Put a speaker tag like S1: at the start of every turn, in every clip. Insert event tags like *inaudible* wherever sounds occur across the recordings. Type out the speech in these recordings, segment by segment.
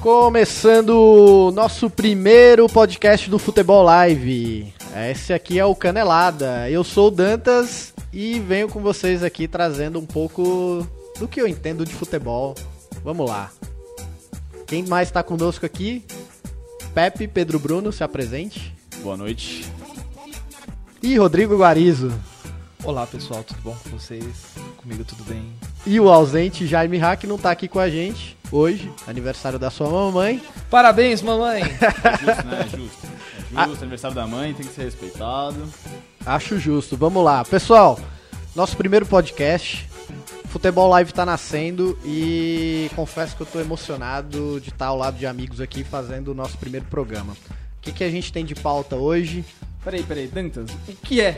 S1: Começando o nosso primeiro podcast do Futebol Live. Esse aqui é o Canelada. Eu sou o Dantas e venho com vocês aqui trazendo um pouco do que eu entendo de futebol. Vamos lá. Quem mais está conosco aqui? Pepe, Pedro Bruno, se apresente.
S2: Boa noite.
S1: E Rodrigo Guarizo.
S3: Olá pessoal, tudo bom com vocês? Comigo tudo bem?
S1: E o ausente Jaime Hack não tá aqui com a gente hoje, aniversário da sua mamãe.
S3: Parabéns, mamãe!
S2: É justo, né? É justo. É justo, aniversário da mãe, tem que ser respeitado.
S1: Acho justo. Vamos lá. Pessoal, nosso primeiro podcast. Futebol Live tá nascendo e confesso que eu tô emocionado de estar ao lado de amigos aqui fazendo o nosso primeiro programa. O que, que a gente tem de pauta hoje?
S2: Peraí, peraí, Dantas,
S3: O que é?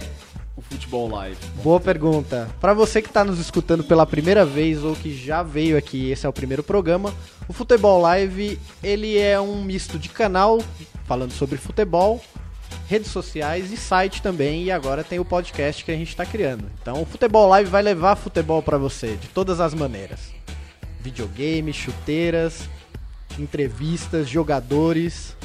S2: o futebol live.
S1: Boa pergunta. Para você que está nos escutando pela primeira vez ou que já veio aqui, esse é o primeiro programa. O Futebol Live ele é um misto de canal falando sobre futebol, redes sociais e site também. E agora tem o podcast que a gente está criando. Então, o Futebol Live vai levar futebol para você de todas as maneiras: videogame, chuteiras, entrevistas, jogadores.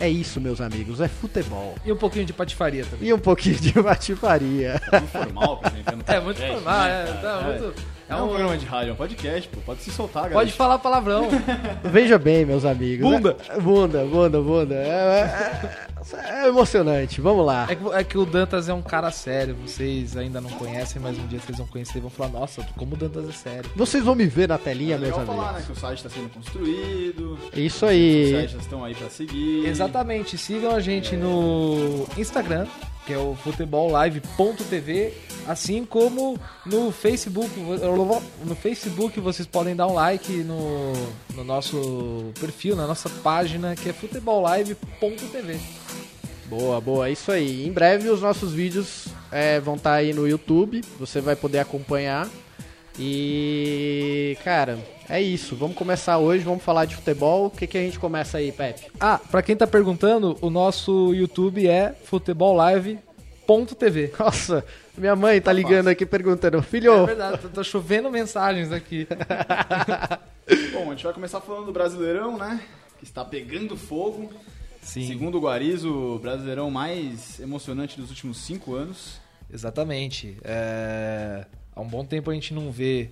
S1: É isso, meus amigos. É futebol.
S3: E um pouquinho de patifaria também.
S1: E um pouquinho de *laughs* batifaria.
S2: Tá muito formal *laughs* apresentando
S3: É muito
S2: podcast,
S3: formal,
S2: né,
S3: é,
S2: cara?
S3: tá muito-
S2: É
S3: é
S2: um
S3: um-
S2: programa de rádio, é um podcast, pô. Pode se soltar, galera.
S3: Pode falar palavrão.
S1: Veja bem, meus amigos.
S2: Bunda.
S1: É- Bunda, bunda, bunda. É, é- é emocionante. Vamos lá.
S3: É que, é que o Dantas é um cara sério, vocês ainda não conhecem, mas um dia vocês vão conhecer e vão falar, nossa, como o Dantas é sério.
S1: Vocês vão me ver na
S2: É
S1: telinha, meus
S2: legal falar, né,
S1: amigos.
S2: que o site tá sendo construído.
S1: É Isso
S2: Os
S1: aí.
S2: sites já estão aí pra seguir.
S3: Exatamente, sigam a gente no Instagram, que é o futebollive.tv, assim como no Facebook. No Facebook vocês podem dar um like no, no nosso perfil, na nossa página, que é futebollive.tv.
S1: Boa, boa. É Isso aí. Em breve os nossos vídeos é, vão estar aí no YouTube. Você vai poder acompanhar. E, cara, é isso. Vamos começar hoje. Vamos falar de futebol. O que, que a gente começa aí, Pepe?
S3: Ah, pra quem tá perguntando, o nosso YouTube é futebollive.tv.
S1: Nossa, minha mãe tá ligando aqui perguntando:
S3: É
S1: Filho,
S3: verdade, tá- tá chovendo mensagens aqui.
S2: Bom, a gente vai começar falando do Brasileirão, né? Que está pegando fogo.
S3: Sim,
S2: Segundo o Guarizo, o Brasileirão mais emocionante dos últimos cinco anos.
S3: Exatamente. É, Há um bom tempo a gente não vê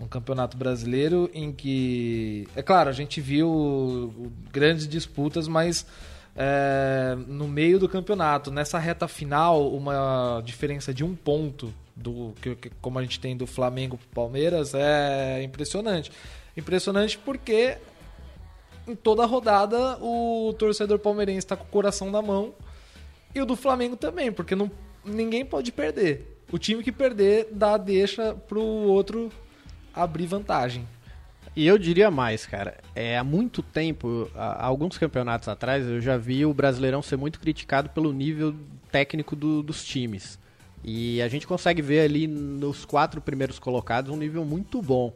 S3: um campeonato brasileiro em que. É claro, a gente viu grandes disputas, mas é, no meio do campeonato, nessa reta final, uma diferença de um ponto, do que, que- como a gente tem do Flamengo pro Palmeiras, é impressionante. Impressionante porque em toda a rodada o torcedor palmeirense está com o coração na mão e o do Flamengo também, porque não, ninguém pode perder. O time que perder dá deixa pro outro abrir vantagem.
S1: E eu diria mais, cara. É, há muito tempo, há, há alguns campeonatos atrás, eu já vi o Brasileirão ser muito criticado pelo nível técnico do- dos times. E a gente consegue ver ali nos quatro primeiros colocados um nível muito bom.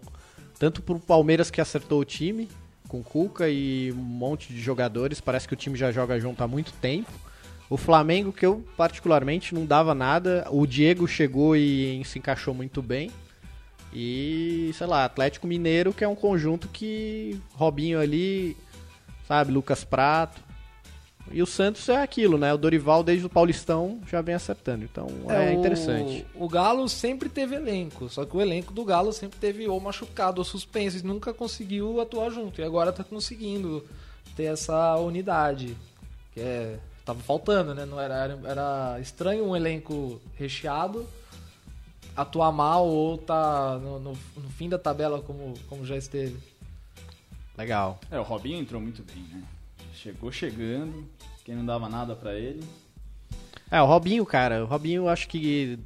S1: Tanto pro Palmeiras que acertou o time, com Cuca e um monte de jogadores, parece que o time já joga junto há muito tempo. O Flamengo, que eu particularmente não dava nada, o Diego chegou e se encaixou muito bem. E, sei lá, Atlético Mineiro, que é um conjunto que Robinho ali, sabe, Lucas Prato. E o Santos é aquilo, né? O Dorival desde o Paulistão já vem acertando. Então é,
S3: o-
S1: interessante.
S3: O Galo sempre teve elenco, só que o elenco do Galo sempre teve ou machucado ou suspenso e nunca conseguiu atuar junto. E agora tá conseguindo ter essa unidade, que é, tava faltando, né? Não era, era, era estranho um elenco recheado atuar mal ou tá no, no- no fim da tabela como, como já esteve.
S1: Legal.
S2: É, o Robinho entrou muito bem, né? Chegou chegando, quem não dava nada pra ele.
S1: É, o Robinho, cara, o Robinho eu acho que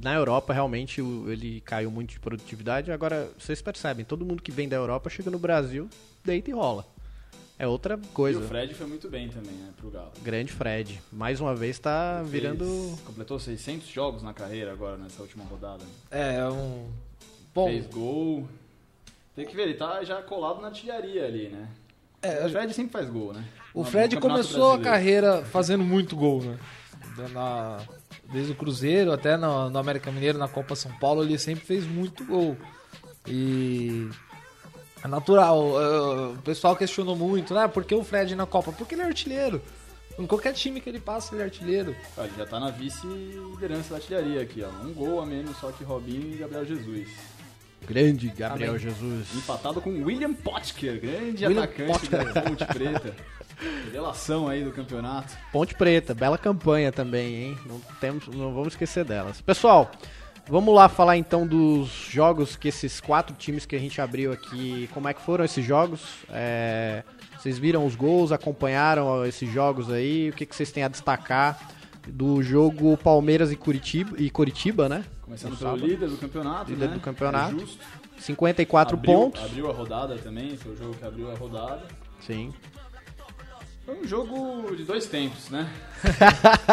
S1: na Europa realmente o- ele caiu muito de produtividade. Agora, vocês percebem, todo mundo que vem da Europa chega no Brasil, deita e rola. É outra
S2: E o
S1: coisa.
S2: Fred foi muito bem também, né, pro Galo.
S1: Grande Fred. Mais uma vez tá
S2: Fez-
S1: virando.
S2: Completou 600 jogos na carreira agora, nessa última rodada.
S3: É, é um. Bom,
S2: Fez gol. Tem que ver, ele tá já colado na artilharia ali, né?
S3: é,
S2: o Fred sempre faz gol, né?
S3: O
S2: No-
S3: Fred
S2: no Campeonato
S3: começou a
S2: Brasileiro.
S3: carreira fazendo muito gol, né? Da- na- desde o Cruzeiro até no, no América Mineiro, na Copa São Paulo, ele sempre fez muito gol. E É natural. eh, O pessoal questionou muito, né? Por que o Fred na Copa? Porque ele é artilheiro. Em qualquer time que ele passa, ele é artilheiro.
S2: Ó, ele já tá na vice-liderança da artilharia aqui, ó. Um gol a menos só que Robinho e Gabriel Jesus.
S1: Grande Gabriel
S3: Amém.
S1: Jesus.
S2: Empatado com William Potker, grande
S1: William
S2: atacante da Ponte Preta. Revelação aí do campeonato.
S1: Ponte Preta, bela campanha também, hein? Não, temos, não vamos esquecer delas. Pessoal, vamos lá falar então dos jogos que esses quatro times que a gente abriu aqui, como é que foram esses jogos? É, vocês viram os gols, acompanharam ó, esses jogos aí? O que, que vocês têm a destacar do jogo Palmeiras e Curitiba, e Curitiba né?
S2: Começando
S1: No
S2: pelo
S1: sábado.
S2: líder do campeonato,
S1: Líder
S2: né?
S1: do campeonato.
S2: É justo.
S1: 54
S2: abriu,
S1: pontos.
S2: Abriu a rodada também, foi o jogo que abriu a rodada.
S1: Sim.
S2: Foi um jogo de dois tempos, né?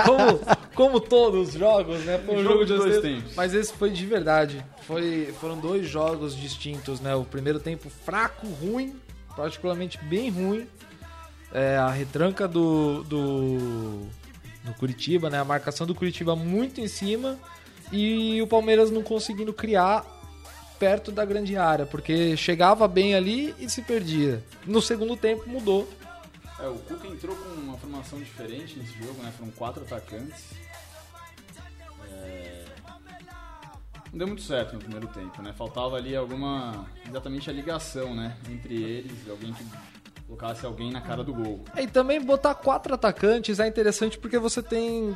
S3: Como, como todos os jogos, né? Foi um
S2: Um jogo
S3: jogo de
S2: de
S3: dois
S2: dois
S3: tempos.
S2: tempos.
S3: Mas esse foi de verdade. Foi, foram dois jogos distintos, né? O primeiro tempo fraco, ruim, particularmente bem ruim. É, a retranca do, do, do Curitiba, né? A marcação do Curitiba muito em cima e o Palmeiras não conseguindo criar perto da grande área, porque chegava bem ali e se perdia. No segundo tempo mudou.
S2: É, o Cuca entrou com uma formação diferente nesse jogo, né? Foram quatro atacantes. É, Não deu muito certo no primeiro tempo, né? Faltava ali alguma. exatamente a ligação, né? Entre eles, alguém que colocasse alguém na cara do gol.
S3: É, E também botar quatro atacantes é interessante porque você tem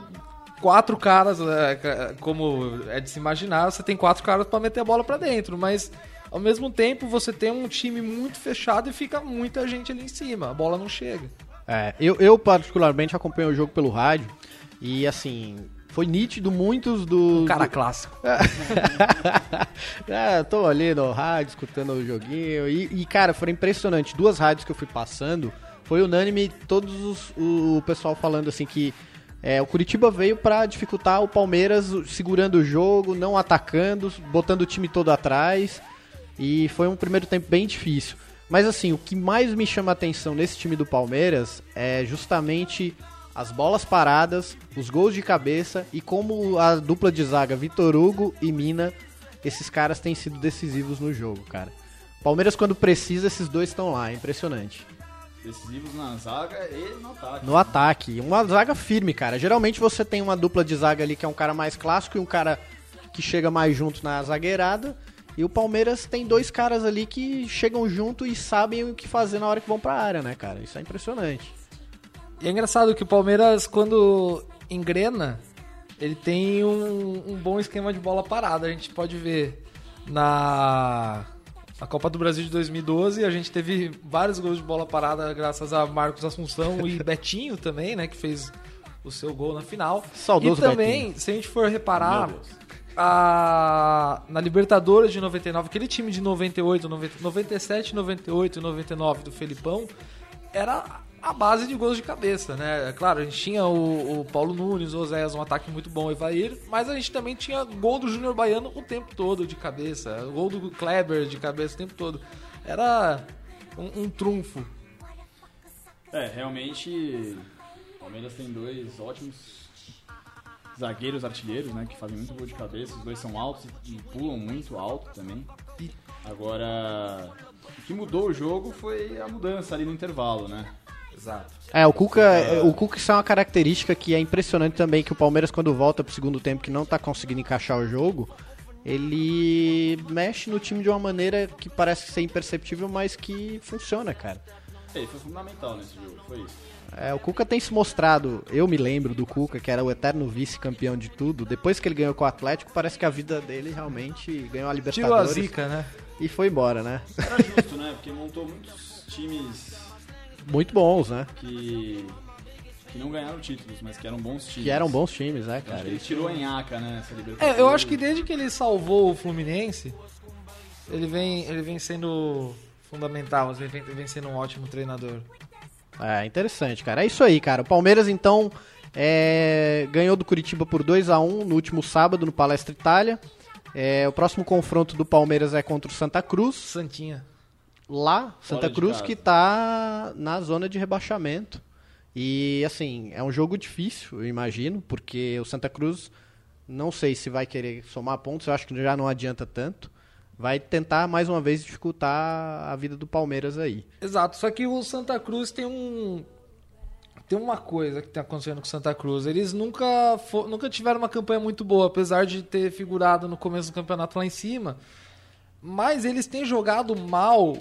S3: quatro caras, é, ca- como é de se imaginar, você tem quatro caras pra meter a bola pra dentro, mas ao mesmo tempo você tem um time muito fechado e fica muita gente ali em cima, a bola não chega.
S1: É, eu, eu particularmente acompanhei o jogo pelo rádio e assim, foi nítido muitos dos.
S3: clássico.
S1: *laughs* é, tô ali no rádio, escutando o joguinho. E, e, cara, foi impressionante. Duas rádios que eu fui passando, foi unânime todos os, o, o pessoal falando assim que é, o Curitiba veio pra dificultar o Palmeiras o- segurando o jogo, não atacando, botando o time todo atrás. E foi um primeiro tempo bem difícil. Mas assim, o que mais me chama a atenção nesse time do Palmeiras é justamente as bolas paradas, os gols de cabeça e como a dupla de zaga Vitor Hugo e Mina esses caras têm sido decisivos no jogo, cara. Palmeiras, quando precisa, esses dois estão lá. É impressionante.
S2: Decisivos na zaga e no ataque.
S1: No ataque, uma zaga firme, cara. Geralmente você tem uma dupla de zaga ali que é um cara mais clássico e um cara que chega mais junto na zagueirada. E o Palmeiras tem dois caras ali que chegam junto e sabem o que fazer na hora que vão pra área, né, cara? Isso é impressionante.
S3: E é engraçado que o Palmeiras, quando engrena, ele tem um, um bom esquema de bola parada. A gente pode ver na, na Copa do Brasil de 2012, a gente teve vários gols de bola parada graças a Marcos Assunção e Betinho também, né? Que fez o seu gol na final.
S1: Saudoso
S3: e também, se a gente for reparar, a- na Libertadores de 99, aquele time de 98, 90, 97, 98 e 99 do Felipão era a base de gols de cabeça, né? Claro, a gente tinha o, o Paulo Nunes, o Oséias, um ataque muito bom, o Evair, mas a gente também tinha gol do Júnior Baiano o tempo todo de cabeça, gol do Kleber de cabeça o tempo todo. Era um, um trunfo.
S2: É, realmente o Palmeiras tem dois ótimos zagueiros artilheiros, né? Que fazem muito gol de cabeça, os dois são altos e e pulam muito alto também.
S3: E-
S2: Agora, o que mudou o jogo foi a mudança ali no intervalo, né?
S3: Exato.
S1: É, o Cuca, o Cuca isso é uma característica que é impressionante também que o Palmeiras quando volta pro segundo tempo que não tá conseguindo encaixar o jogo, ele mexe no time de uma maneira que parece ser imperceptível, mas que funciona, cara.
S2: É, foi fundamental nesse jogo, foi isso.
S1: É, o Cuca tem se mostrado, eu me lembro do Cuca, que era o eterno vice-campeão de tudo. Depois que ele ganhou com o Atlético, parece que a vida dele realmente ganhou a
S3: Tirou a
S1: Libertadores
S3: zica, né?
S1: e foi embora, né? *laughs*
S2: Era justo, né? Porque montou muitos times
S1: Muito bons, né?
S2: que, que não ganharam títulos, mas que eram bons times.
S1: Que eram bons times, né,
S2: Acho
S1: cara?
S2: que ele tirou a nhaca, né? Essa
S3: É, eu acho que
S2: Libertadores.
S3: desde que ele salvou o Fluminense, ele vem, ele vem sendo fundamental, ele vem, vem sendo um ótimo treinador.
S1: É, interessante, cara. É isso aí, cara. O Palmeiras, então, é, ganhou do Curitiba por 2 a 1 no último sábado no Palestra Itália. É, o próximo confronto do Palmeiras é contra o Santa Cruz,
S3: Santinha.
S1: lá, Santa
S2: de
S1: Cruz
S2: casa.
S1: que tá na zona de rebaixamento. E assim, é um jogo difícil, eu imagino, porque o Santa Cruz não sei se vai querer somar pontos, eu acho que já não adianta tanto. vai tentar mais uma vez dificultar a vida do Palmeiras aí.
S3: Exato, só que o Santa Cruz tem um. Tem uma coisa que está acontecendo com o Santa Cruz. Eles nunca, for, nunca tiveram uma campanha muito boa, apesar de ter figurado no começo do campeonato lá em cima. Mas eles têm jogado mal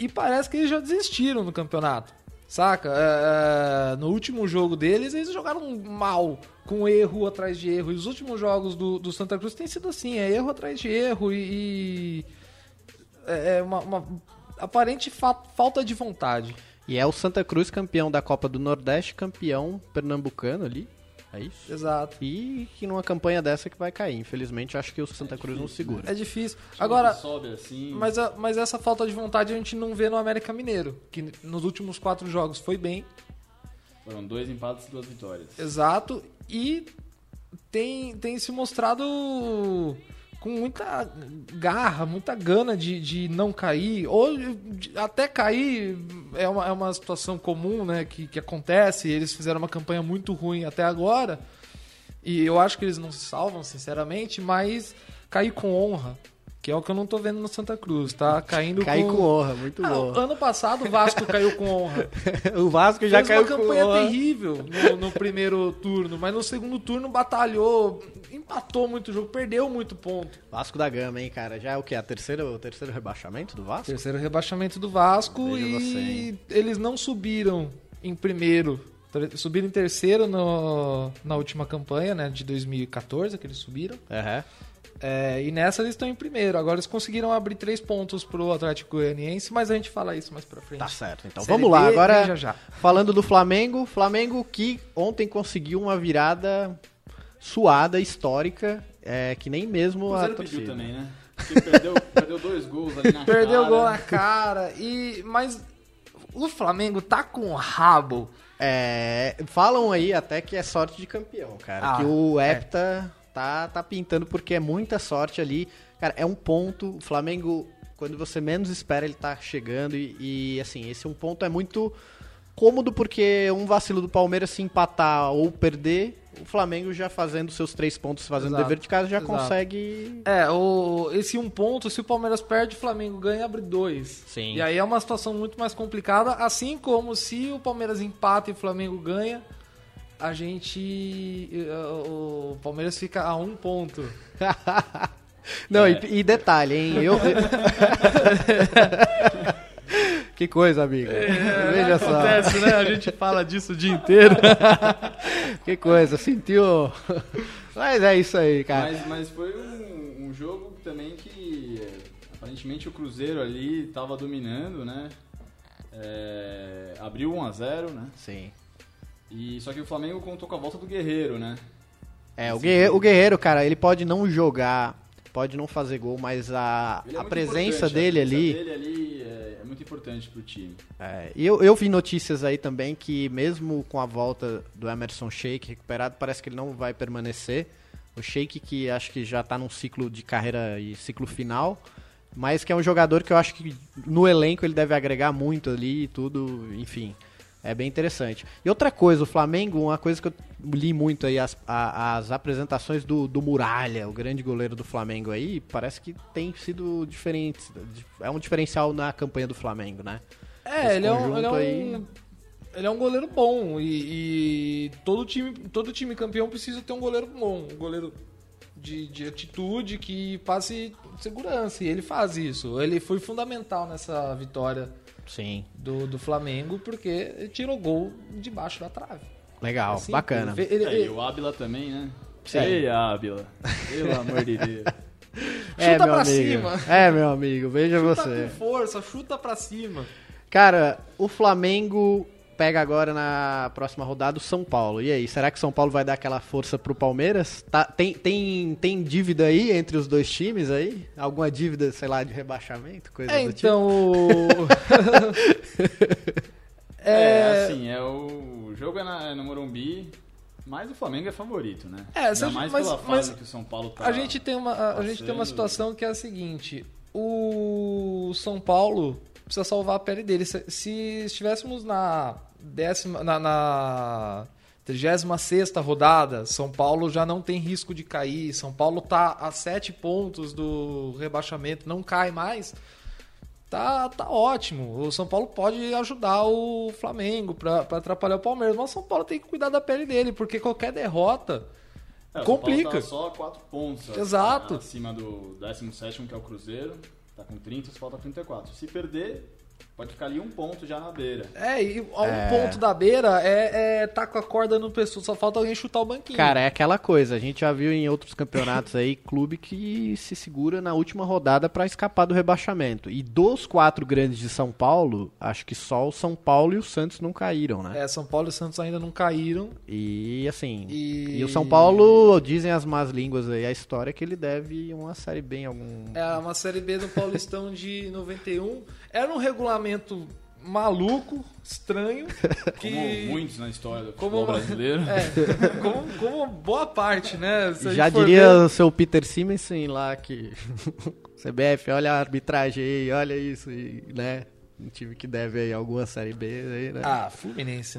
S3: e parece que eles já desistiram no campeonato. Saca? É, no último jogo deles, eles jogaram mal, com erro atrás de erro. E os últimos jogos do, do Santa Cruz têm sido assim: é erro atrás de erro e. e é uma, uma aparente fa falta de vontade.
S1: E é o Santa Cruz campeão da Copa do Nordeste, campeão pernambucano ali. É isso?
S3: Exato.
S1: E que numa campanha dessa que vai cair. Infelizmente, acho que o Santa Cruz não segura.
S3: É difícil. Agora,
S2: sobe assim.
S3: mas, a- mas essa falta de vontade a gente não vê no América Mineiro, que nos últimos quatro jogos foi bem,
S2: Foram dois empates e duas vitórias.
S3: exato, e tem, tem se mostrado com muita garra, muita gana de, de não cair, ou de- até cair é uma, é uma situação comum né, que, que acontece, eles fizeram uma campanha muito ruim até agora, e eu acho que eles não se salvam, sinceramente, mas cair com honra, que é o que eu não tô vendo no Santa Cruz, tá? Caindo
S1: Cai com honra, muito
S3: Ah,
S1: bom.
S3: ano passado o Vasco caiu com honra.
S1: *laughs* o Vasco já
S3: Fez
S1: caiu
S3: uma
S1: com
S3: campanha
S1: honra.
S3: terrível no, no primeiro turno, mas no segundo turno batalhou, empatou muito jogo, perdeu muito ponto.
S1: Vasco da Gama, hein, cara? Já é o quê? A terceira, o terceiro rebaixamento do Vasco?
S3: Terceiro rebaixamento do Vasco
S1: Veja
S3: e
S1: você, hein?
S3: eles não subiram em primeiro. Tre- Subiram em terceiro no- na última campanha, né? De 2014 que eles subiram.
S1: Aham.
S3: É, e nessa eles estão em primeiro. Agora eles conseguiram abrir três pontos pro Atlético Goianiense, mas a gente fala isso mais pra frente.
S1: Tá certo. Então
S3: Série
S1: vamos lá,
S3: B,
S1: agora
S3: já, já.
S1: falando do Flamengo, Flamengo que ontem conseguiu uma virada suada, histórica, é, que nem mesmo
S2: O
S1: a
S2: Cruzeiro
S1: torcida.
S2: pediu também, né? Porque
S1: *laughs*
S2: perdeu, perdeu dois gols ali na
S3: Perdeu o
S2: cara.
S3: gol na cara. E, mas o Flamengo tá com rabo.
S1: É, falam aí até que é sorte de campeão, cara.
S3: Ah,
S1: que o Hepta tá, tá pintando porque é muita sorte ali. Cara, é um ponto. O Flamengo, quando você menos espera, ele tá chegando. E, e, assim, esse um ponto é muito cômodo porque um vacilo do Palmeiras se empatar ou perder, o Flamengo já fazendo seus três pontos, fazendo o
S3: Exato,
S1: dever de casa, já
S3: exato.
S1: consegue.
S3: É, o, esse um ponto, se o Palmeiras perde, o Flamengo ganha, abre dois.
S1: Sim.
S3: E aí é uma situação muito mais complicada, assim como se o Palmeiras empata e o Flamengo ganha, a gente. eh, O Palmeiras fica a um ponto.
S1: *laughs* Não,
S2: É.
S1: e, e detalhe, hein?
S2: *laughs*
S1: Eu. *laughs* que coisa, amigo.
S2: É,
S1: Veja só.
S3: É, Acontece, né? A gente fala disso o dia inteiro.
S1: Que coisa, sentiu.
S2: *laughs*
S1: Mas é isso aí, cara.
S2: Mas, mas foi um, um jogo também que é, aparentemente o Cruzeiro ali tava dominando, né? É, abriu 1x0, né?
S1: Sim.
S2: E, só que o Flamengo contou com a volta do Guerreiro, né?
S1: É, o guerreiro, o guerreiro, cara, ele pode não jogar, pode não fazer gol, mas a,
S2: Ele é
S1: a
S2: muito
S1: presença
S2: importante,
S1: dele
S2: a presença
S1: ali.
S2: dele ali é, é muito importante pro time.
S1: É, e eu, eu vi notícias aí também que, mesmo com a volta do Emerson Sheik recuperado, parece que ele não vai permanecer. O Sheik, que acho que já tá num ciclo de carreira e ciclo final, mas que é um jogador que eu acho que no elenco ele deve agregar muito ali e tudo, enfim. É bem interessante. E outra coisa, o Flamengo, uma coisa que eu li muito aí, as, a- as apresentações do, do Muralha, o grande goleiro do Flamengo aí, parece que tem sido diferente. É um diferencial na campanha do Flamengo, né? Esse
S3: É, ele é, um, ele, é
S1: conjunto
S3: um,
S1: aí-
S3: ele é um goleiro bom e, e todo, time, todo time campeão precisa ter um goleiro bom, um goleiro de, de atitude que passe segurança e ele faz isso. Ele foi fundamental nessa vitória
S1: Sim.
S3: do, do Flamengo porque tirou gol debaixo da trave.
S1: Legal,
S3: Assim,
S1: Ah, bacana.
S3: ele- ele-
S2: É, e o Ábila também, né?
S1: Sim.
S2: Ei, Ábila. Pelo amor de Deus.
S1: É,
S3: Chuta
S1: meu
S3: pra
S1: amigo.
S3: cima.
S1: É, meu amigo, veja
S3: chuta
S1: você.
S3: tá com força, chuta pra cima.
S1: Cara, o Flamengo pega agora na próxima rodada o São Paulo. E aí, será que o São Paulo vai dar aquela força pro Palmeiras? Tá- tem, tem, tem dívida aí entre os dois times aí? Alguma dívida, sei lá, de rebaixamento? Coisa
S3: É,
S1: do tipo.
S3: então. o-
S1: *laughs*
S3: *laughs*
S2: É, assim, é o, o jogo é, na- é no Morumbi, mas o Flamengo é favorito, né?
S3: É, se a
S2: Ainda mais
S3: gente- mas-
S2: pela fase
S3: mas
S2: que o São Paulo tá.
S3: A gente tem uma, a, a gente tem uma
S2: passando.
S3: situação que é a seguinte: o São Paulo precisa salvar a pele dele. Se, se estivéssemos na décima, na, na 36 rodada, São Paulo já não tem risco de cair. São Paulo tá a 7 pontos do rebaixamento, não cai mais. Tá, tá ótimo. O São Paulo pode ajudar o Flamengo para atrapalhar o Palmeiras, mas o São Paulo tem que cuidar da pele dele, porque qualquer derrota
S2: É, o São Paulo
S3: complica.
S2: tá só 4 pontos. ó,
S3: Exato.
S2: Acima do 17, que é o Cruzeiro. Tá com 30, só falta 34. Se perder, pode ficar ali um ponto já na beira.
S3: É, e a um ponto da beira é, é tá com a corda no pescoço, só falta alguém chutar o banquinho.
S1: Cara, é aquela coisa. A gente já viu em outros campeonatos aí clube que se segura na última rodada pra escapar do rebaixamento. E dos quatro grandes de São Paulo, acho que só o São Paulo e o Santos não caíram, né?
S3: É, São Paulo e Santos ainda não caíram.
S1: E assim.
S3: E-
S1: E... o São Paulo, dizem as más línguas aí, a história é que ele deve uma série B em algum.
S3: É uma Série B do Paulistão de *laughs* 91. Era um regulamento maluco,
S1: *laughs*
S3: estranho. Que...
S2: Como muitos na história do
S3: Como
S2: futebol
S3: uma- *laughs*
S2: brasileiro.
S3: É, como, como boa parte, né? Se a
S1: Já
S3: gente for
S1: diria
S3: ver-
S1: o seu Peter Simonsen lá que. *laughs* CBF, olha a arbitragem aí, olha isso, e, né? Um time que deve aí alguma série B aí, né?
S3: Ah, Fluminense,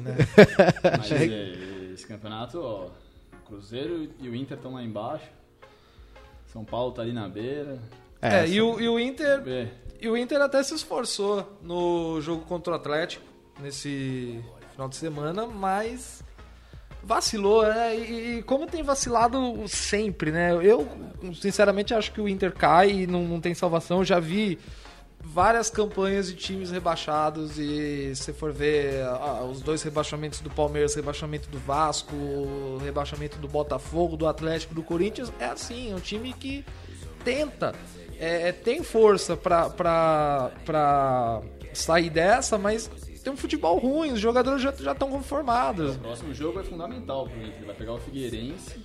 S1: *laughs*
S3: né? *laughs*
S2: Mas é, esse campeonato, ó, o Cruzeiro e o Inter estão lá embaixo. São Paulo tá ali na beira.
S3: É, e, o, e o Inter,
S2: É,
S3: e o Inter até se esforçou no jogo contra o Atlético nesse final de semana, mas vacilou, né? E, e como tem vacilado sempre, né? Eu, sinceramente, acho que o Inter cai e não, não tem salvação. Eu já vi várias campanhas de times rebaixados e se for ver ah, os dois rebaixamentos do Palmeiras, rebaixamento do Vasco, rebaixamento do Botafogo, do Atlético, do Corinthians, é assim, é um time que tenta, é, é, tem força pra, pra, pra sair dessa, mas tem um futebol ruim, os jogadores já estão conformados.
S2: o próximo jogo é fundamental pro Inter. Vai pegar o Figueirense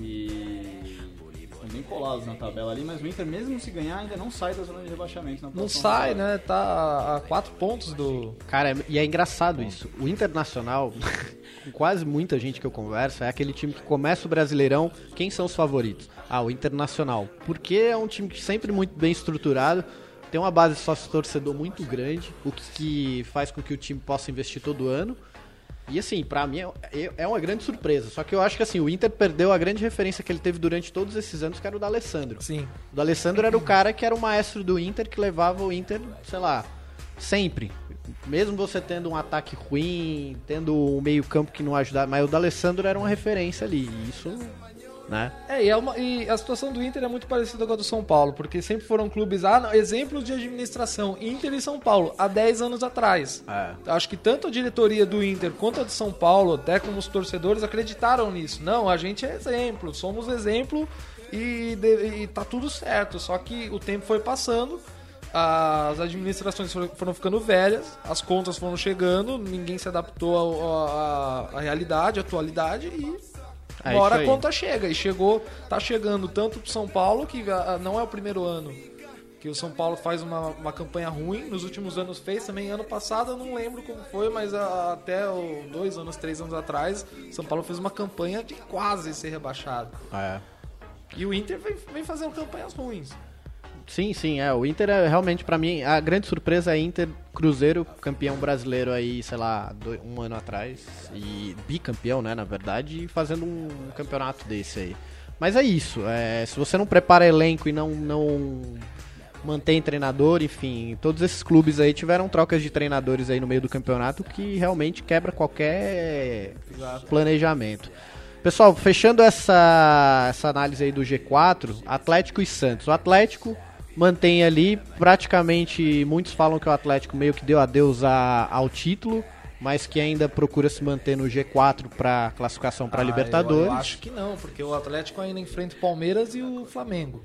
S2: e. Estão bem colados na tabela ali, mas o Inter, mesmo se ganhar, ainda não sai da zona de rebaixamento. Na
S3: Não
S2: próxima
S3: sai,
S2: rodada.
S3: né? Tá a quatro pontos do.
S1: Cara, é- e é engraçado isso. O Internacional, *laughs* com quase muita gente que eu converso, é aquele time que começa o Brasileirão. Quem são os favoritos? Ah, o Internacional. Porque é um time que sempre muito bem estruturado, tem uma base sócio-torcedor muito grande, o que, que faz com que o time possa investir todo ano. E assim, pra mim é, é uma grande surpresa. Só que eu acho que assim, o Inter perdeu a grande referência que ele teve durante todos esses anos, que era o da Alessandro.
S3: Sim.
S1: O do Alessandro era o cara que era o maestro do Inter, que levava o Inter, sei lá, sempre. Mesmo você tendo um ataque ruim, tendo um meio-campo que não ajudava, mas o do Alessandro era uma referência ali. e Isso, né?
S3: É, e, é uma- e a situação do Inter é muito parecida com a do São Paulo, porque sempre foram clubes. Ah, não, exemplos de administração: Inter e São Paulo, há 10 anos atrás. Acho que tanto a diretoria do Inter quanto a do São Paulo, até como os torcedores, acreditaram nisso. Não, a gente é exemplo, somos exemplo e, de- e tá tudo certo. Só que o tempo foi passando, as administrações foram- foram ficando velhas, as contas foram chegando, ninguém se adaptou ao- à à realidade, à atualidade e
S1: É
S3: uma
S1: isso
S3: hora a
S1: aí.
S3: conta chega. E chegou, tá chegando tanto pro São Paulo, que ah, não é o primeiro ano que o São Paulo faz uma, uma campanha ruim. Nos últimos anos fez também. Ano passado eu não lembro como foi, mas ah, até o- dois anos, três anos atrás, o São Paulo fez uma campanha de quase ser rebaixado.
S1: É.
S3: E o Inter vem, vem fazendo campanhas ruins.
S1: Sim, sim, é. O Inter é realmente, pra mim, a grande surpresa é Inter Cruzeiro, campeão brasileiro aí, sei lá, do- um ano atrás. E bicampeão, né, na verdade, e fazendo um campeonato desse aí. Mas é isso. é, se você não prepara elenco e não, não mantém treinador, enfim, todos esses clubes aí tiveram trocas de treinadores aí no meio do campeonato que realmente quebra qualquer planejamento. Pessoal, fechando essa, essa análise aí do G4, Atlético e Santos. O Atlético mantém ali, praticamente muitos falam que o Atlético meio que deu adeus a- ao título, mas que ainda procura se manter no G4 para classificação para
S3: Ah, eu-
S1: Libertadores.
S3: Eu, acho que não, porque o Atlético ainda enfrenta o Palmeiras e o Flamengo.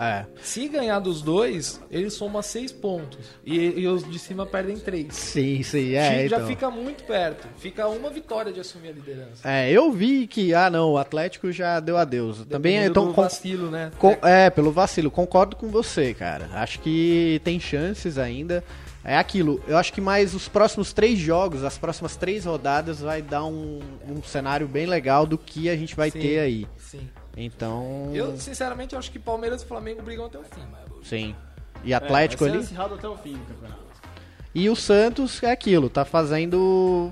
S1: É.
S3: Se ganhar dos dois, ele soma seis pontos. E, e os de cima perdem três.
S1: Sim, sim,
S3: Chico
S1: é.
S3: já
S1: então.
S3: fica muito perto. Fica uma vitória de assumir a liderança.
S1: É, eu vi que, ah não, o Atlético já deu adeus. Também
S3: Dependendo
S1: então
S3: do
S1: con-
S3: vacilo, né?
S1: con- é, pelo vacilo, concordo com você, cara. Acho que tem chances ainda. É aquilo, eu acho que mais os próximos três jogos, as próximas três rodadas, vai dar um, um cenário bem legal do que a gente vai
S3: Sim.
S1: ter aí.
S3: Sim.
S1: Então.
S3: Eu, sinceramente, eu acho que Palmeiras e Flamengo brigam até o fim.
S1: Sim. E
S2: É,
S1: Atlético
S2: vai ser
S1: ali.
S2: acirrado até o fim do campeonato.
S1: E o Santos é aquilo, tá fazendo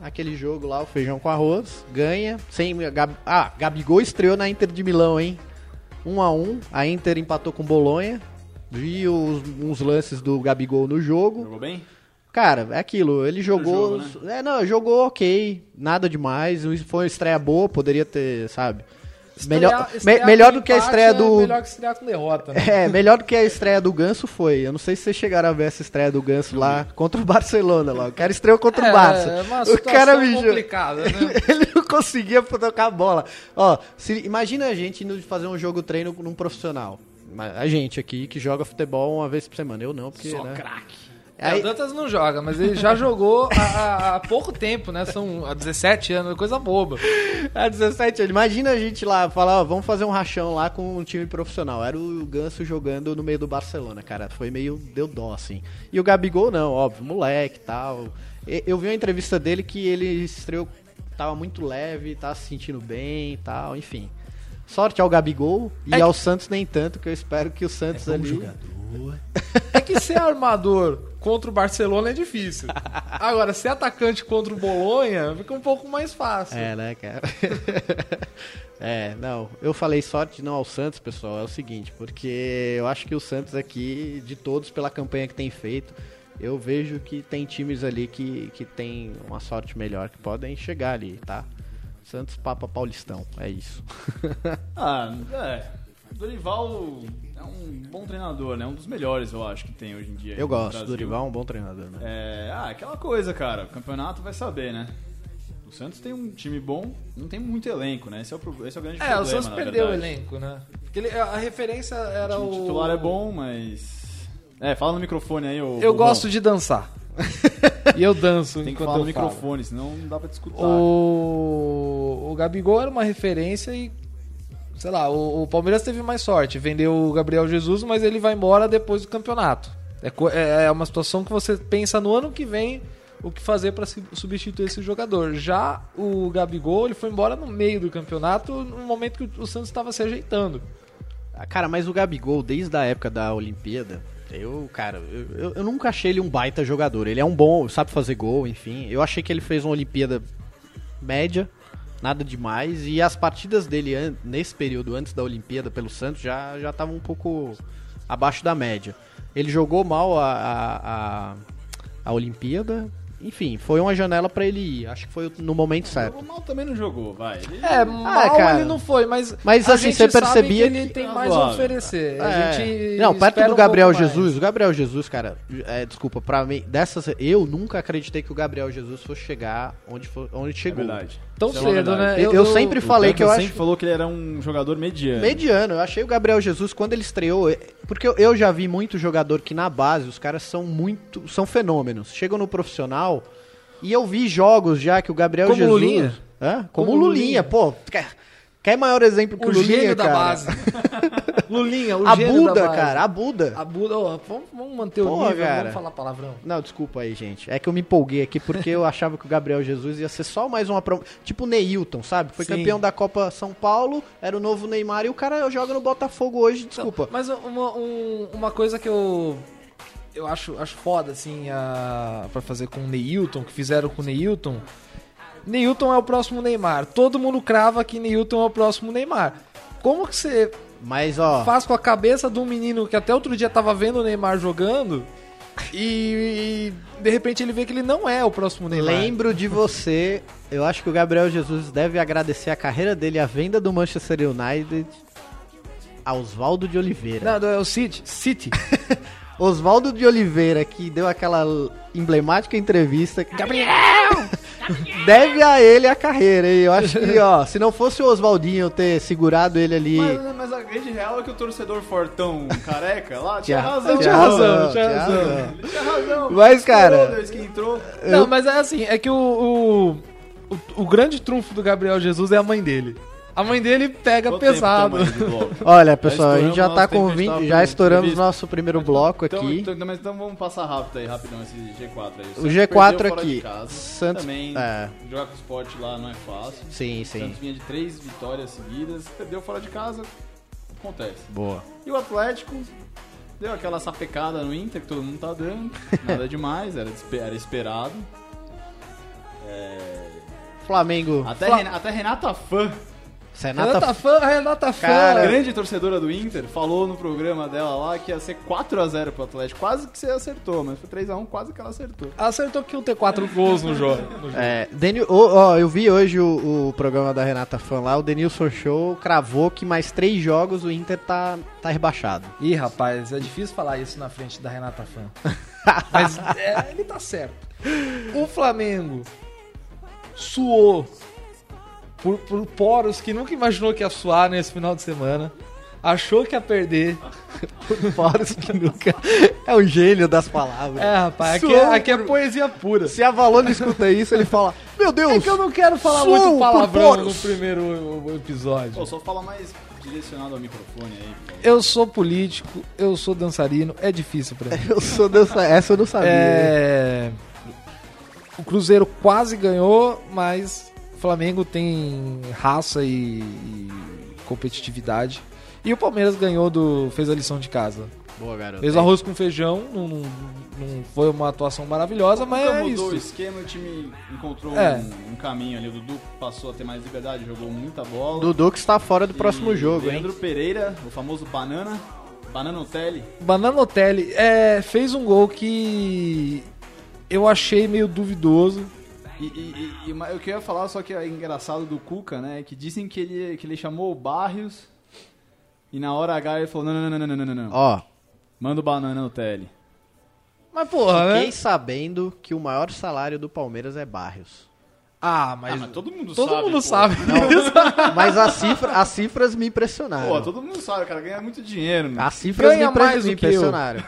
S1: aquele jogo lá, o feijão com arroz, ganha. Sem, Gab- ah, Gabigol estreou na Inter de Milão, hein? 1 a 1 a Inter empatou com Bolonha. Vi os- uns lances do Gabigol no jogo.
S2: Jogou bem?
S1: Cara, é aquilo, ele jogou.
S2: jogo,
S1: É, não, jogou ok, nada demais. Foi uma estreia boa, poderia ter, sabe? melhor, me-
S3: Então, estrear
S1: melhor
S3: com
S1: do que a
S3: empate
S1: estreia
S3: é
S1: do.
S3: Melhor que estrear com derrota, né?
S1: *laughs* É, melhor do que a estreia do Ganso foi. Eu não sei se vocês chegaram a ver essa estreia do Ganso lá contra o Barcelona lá. O cara estreou contra o Barça.
S3: É uma
S1: o
S3: situação
S1: cara me jo-
S3: complicada, né?
S1: *laughs* Ele não conseguia tocar a bola. Ó, se- imagina a gente indo fazer um jogo treino num profissional. A gente aqui que joga futebol uma vez por semana. Eu não, porque.
S2: Só
S1: né?
S2: craque.
S3: É,
S1: Aí-
S3: o Dantas não joga, mas ele já jogou há, há- há pouco tempo, né? São há 17 anos, coisa boba.
S1: *laughs* A 17 anos. Imagina a gente lá falar, ó, vamos fazer um rachão lá com um time profissional. Era o Ganso jogando no meio do Barcelona, cara. Foi meio. deu dó, assim. E o Gabigol, não, óbvio, moleque e tal. E- Eu vi uma entrevista dele que ele estreou, tava muito leve, tava se sentindo bem e tal, enfim. Sorte ao Gabigol e
S3: É que-
S1: ao Santos nem tanto, que eu espero que o Santos ali.
S3: É que ser armador contra o Barcelona é difícil. Agora, ser atacante contra o Bolonha fica um pouco mais fácil.
S1: É, né, cara? *laughs* é, não. Eu falei sorte não ao Santos, pessoal. É o seguinte, porque eu acho que o Santos aqui, de todos, pela campanha que tem feito, eu vejo que tem times ali que, que tem uma sorte melhor, que podem chegar ali, tá? Santos Papa Paulistão, é isso.
S2: Ah, é. Dorival é um bom treinador, né? Um dos melhores, eu acho, que tem hoje em dia.
S1: Eu
S2: no
S1: gosto,
S2: Brasil.
S1: Dorival é um bom treinador, né?
S2: É, ah, aquela coisa, cara. O campeonato vai saber, né? O Santos tem um time bom, não tem muito elenco, né? Esse é o, pro- esse é o grande
S3: É,
S2: problema,
S3: o Santos
S2: na
S3: perdeu o
S2: verdade.
S3: elenco, né? Porque ele- a referência era
S2: O
S3: o.
S2: time titular é bom, mas... É, fala no microfone aí, ô...
S3: Eu
S2: Bobão.
S3: gosto de dançar. *laughs* e eu danço
S2: Tem que
S3: enquanto
S2: falar no
S3: eu falo.
S2: microfone, tá? senão não dá pra discutir.
S3: O, o Gabigol era uma referência e. Sei lá, o, o Palmeiras teve mais sorte. Vendeu o Gabriel Jesus, mas ele vai embora depois do campeonato. É, co- é é uma situação que você pensa no ano que vem o que fazer para substituir esse jogador. Já o Gabigol ele foi embora no meio do campeonato, no momento que o- o Santos estava se ajeitando.
S1: Ah, Cara, mas o Gabigol, desde a época da Olimpíada, eu, cara, eu, eu- eu nunca achei ele um baita jogador. Ele é um bom, sabe fazer gol, enfim. Eu achei que ele fez uma Olimpíada média, nada demais. E as partidas dele an- nesse período, antes da Olimpíada, pelo Santos, já já estavam um pouco abaixo da média. Ele jogou mal a, a, a, a Olimpíada. Enfim, foi uma janela pra ele ir. Acho que foi no momento certo.
S2: O Mal também não jogou, vai. Ele-
S3: É, mal
S1: cara.
S3: ele não foi, mas.
S1: Mas,
S3: a
S1: assim,
S3: gente
S1: você
S3: sabe
S1: percebia
S3: que ele
S1: que-
S3: tem mais a
S2: Razoável.
S1: É.
S3: oferecer. A gente
S1: não, perto
S3: espera
S1: do
S3: um
S1: Gabriel
S3: pouco mais.
S1: Jesus. O Gabriel Jesus, cara, é, desculpa, pra mim, dessas. Eu nunca acreditei que o Gabriel Jesus fosse chegar onde, fo- onde
S2: É
S1: chegou.
S2: verdade.
S3: Tão
S2: Isso é uma
S3: cedo,
S2: verdade.
S3: né?
S1: Eu- eu sempre
S2: O
S1: falei
S2: Duncan
S1: que eu
S2: sempre
S1: acho-
S2: falou que ele era um jogador mediano.
S1: Mediano, eu achei o Gabriel Jesus quando ele estreou. é, Porque eu, eu já vi muito jogador que na base os caras são muito. são fenômenos. Chegam no profissional e eu vi jogos já que o Gabriel
S3: Como o
S1: Jesus.
S3: Lulinha?
S1: Hã? Como,
S3: Como
S1: o
S3: o
S1: Lulinha,
S3: Lulinha.
S1: pô. Quer, quer maior exemplo que o,
S3: o
S1: Lulinha?
S3: gênio da
S1: cara? *laughs*
S3: base. Lulinha, o
S1: A
S3: gênio
S1: Buda,
S3: da base.
S1: cara, a Buda.
S3: A Buda, ó, vamos, vamos manter o
S1: Pô,
S3: nível,
S1: cara.
S3: vamos falar palavrão.
S1: Não, desculpa aí, gente. É que eu me empolguei aqui porque
S3: *laughs*
S1: eu achava que o Gabriel Jesus ia ser só mais uma promo... Tipo o Neilton, sabe? Foi
S3: Sim.
S1: campeão da Copa São Paulo, era o novo Neymar e o cara joga no Botafogo hoje, desculpa.
S3: Mas uma, um- uma coisa que eu eu acho, acho foda, assim, a, pra fazer com o Neilton, que fizeram com o Neilton. Neilton é o próximo Neymar. Todo mundo crava que Neilton é o próximo Neymar. Como que você
S1: Mas, ó,
S3: faz com a cabeça de um menino que até outro dia tava vendo o Neymar jogando e, e, de repente ele vê que ele não é o próximo Neymar?
S1: lembro de você. Eu acho que o Gabriel Jesus deve agradecer a carreira dele, à venda do Manchester United, a Oswaldo de Oliveira.
S3: Não, é o City. City.
S1: Oswaldo de Oliveira, que deu aquela emblemática entrevista. Gabriel! *laughs* Deve a ele a carreira, hein? Eu acho que, ó, se não fosse o Oswaldinho ter segurado ele ali.
S2: Mas, mas a grande real é que o torcedor fortão careca lá tinha
S1: Tinha-
S2: razão.
S1: tinha razão, tinha razão.
S2: Ele tinha razão.
S1: Mas, cara-
S2: Esperou Deus que entrou.
S3: *laughs* Não, mas é assim, é que o, o, o, o grande trunfo do Gabriel Jesus é a mãe dele. A mãe dele pega
S2: Quanto tempo
S3: pesado.
S2: tamanho de bloco?
S1: Olha, pessoal, a gente
S2: estouramos
S1: já tá
S2: nosso tempo,
S1: com
S2: a gente
S1: 20,
S2: tava
S1: já
S2: com
S1: estouramos
S2: previsto.
S1: nosso primeiro bloco
S2: Então,
S1: *laughs* aqui.
S2: então, então, mas então vamos passar rápido aí, rapidão, esse G4 aí.
S1: O G4
S2: perdeu fora
S1: aqui.
S2: de casa.
S1: Santos-
S2: Também,
S1: é.
S2: jogar com o esporte lá não é fácil.
S1: Sim,
S2: Santos
S1: sim.
S2: vinha de três vitórias seguidas, perdeu fora de casa, acontece.
S1: Boa.
S2: E o Atlético deu aquela
S3: *laughs*
S2: sapecada no Inter que todo mundo tá dando. Nada demais, era, despe- era esperado.
S1: Flamengo. é
S2: Até,
S1: Fla-
S2: Ren- até Renata Fã,
S1: Senata-
S3: Renata Fã, Renata Fã.
S1: Cara,
S3: é.
S2: grande torcedora do Inter, falou no programa dela lá que ia ser 4x0 pro Atlético. Quase que você acertou, mas foi 3x1, quase que ela acertou.
S3: Acertou que iam ter quatro gols no jogo. No jogo.
S1: É, Denil, ó, ó, eu vi hoje o, o programa da Renata Fan lá, o Denilson Show cravou que mais três jogos o Inter tá, tá rebaixado.
S3: Ih, rapaz, é difícil falar isso na frente da Renata Fã. *laughs* Mas é, ele tá certo. O Flamengo suou por, por poros que nunca imaginou que ia suar nesse final de semana. Achou que ia perder.
S1: Fora os que nunca. É o gênio das palavras.
S3: É, rapaz, aqui,
S1: Suou
S3: é, aqui é
S1: por-
S3: poesia pura.
S1: Se a Valor não escuta isso, ele fala: Meu Deus!
S3: É que eu não quero falar
S1: Suou
S3: muito
S1: por
S3: palavrão no
S1: poros.
S3: primeiro episódio.
S2: Pô, só fala mais direcionado ao microfone aí.
S3: Eu sou político, eu sou dançarino, é difícil pra mim.
S1: eu sou dança... Essa eu não sabia.
S3: É, O Cruzeiro quase ganhou, mas o Flamengo tem raça e, e competitividade. E o Palmeiras ganhou do. fez a lição de casa.
S1: Boa, garoto.
S3: Fez o arroz com feijão, não, não- não foi uma atuação maravilhosa, mas
S2: Nunca
S3: é
S2: mudou o
S3: isso.
S2: esquema, o time encontrou
S3: É.
S2: um, um caminho ali. O Dudu passou a ter mais liberdade, jogou muita bola.
S1: Dudu que está fora do
S2: E
S1: próximo jogo, hein?
S2: Leandro Pereira, o famoso Banana, Banana Hotel.
S3: Bananotelli é, fez um gol que eu achei meio duvidoso.
S2: E, e- e- e uma- eu queria falar, só que é engraçado do Cuca, né? Que dizem que ele, que ele chamou o Barrios e na hora H ele falou: não, não, não, não, não, não, não. não.
S1: Ó,
S2: Manda o Banana Hotel.
S3: Mas porra,
S1: fiquei
S3: né?
S1: sabendo que o maior salário do Palmeiras é
S3: *laughs*
S1: Barrios.
S3: Ah, mas, todo
S2: mundo
S3: mundo sabe. disso.
S1: Mas a cifra- as cifras me impressionaram.
S2: Pô, todo mundo sabe, o cara ganha muito dinheiro, né?
S1: As cifras
S3: Ganha
S1: me, impre-
S3: mais
S1: me
S3: do que eu.
S1: impressionaram.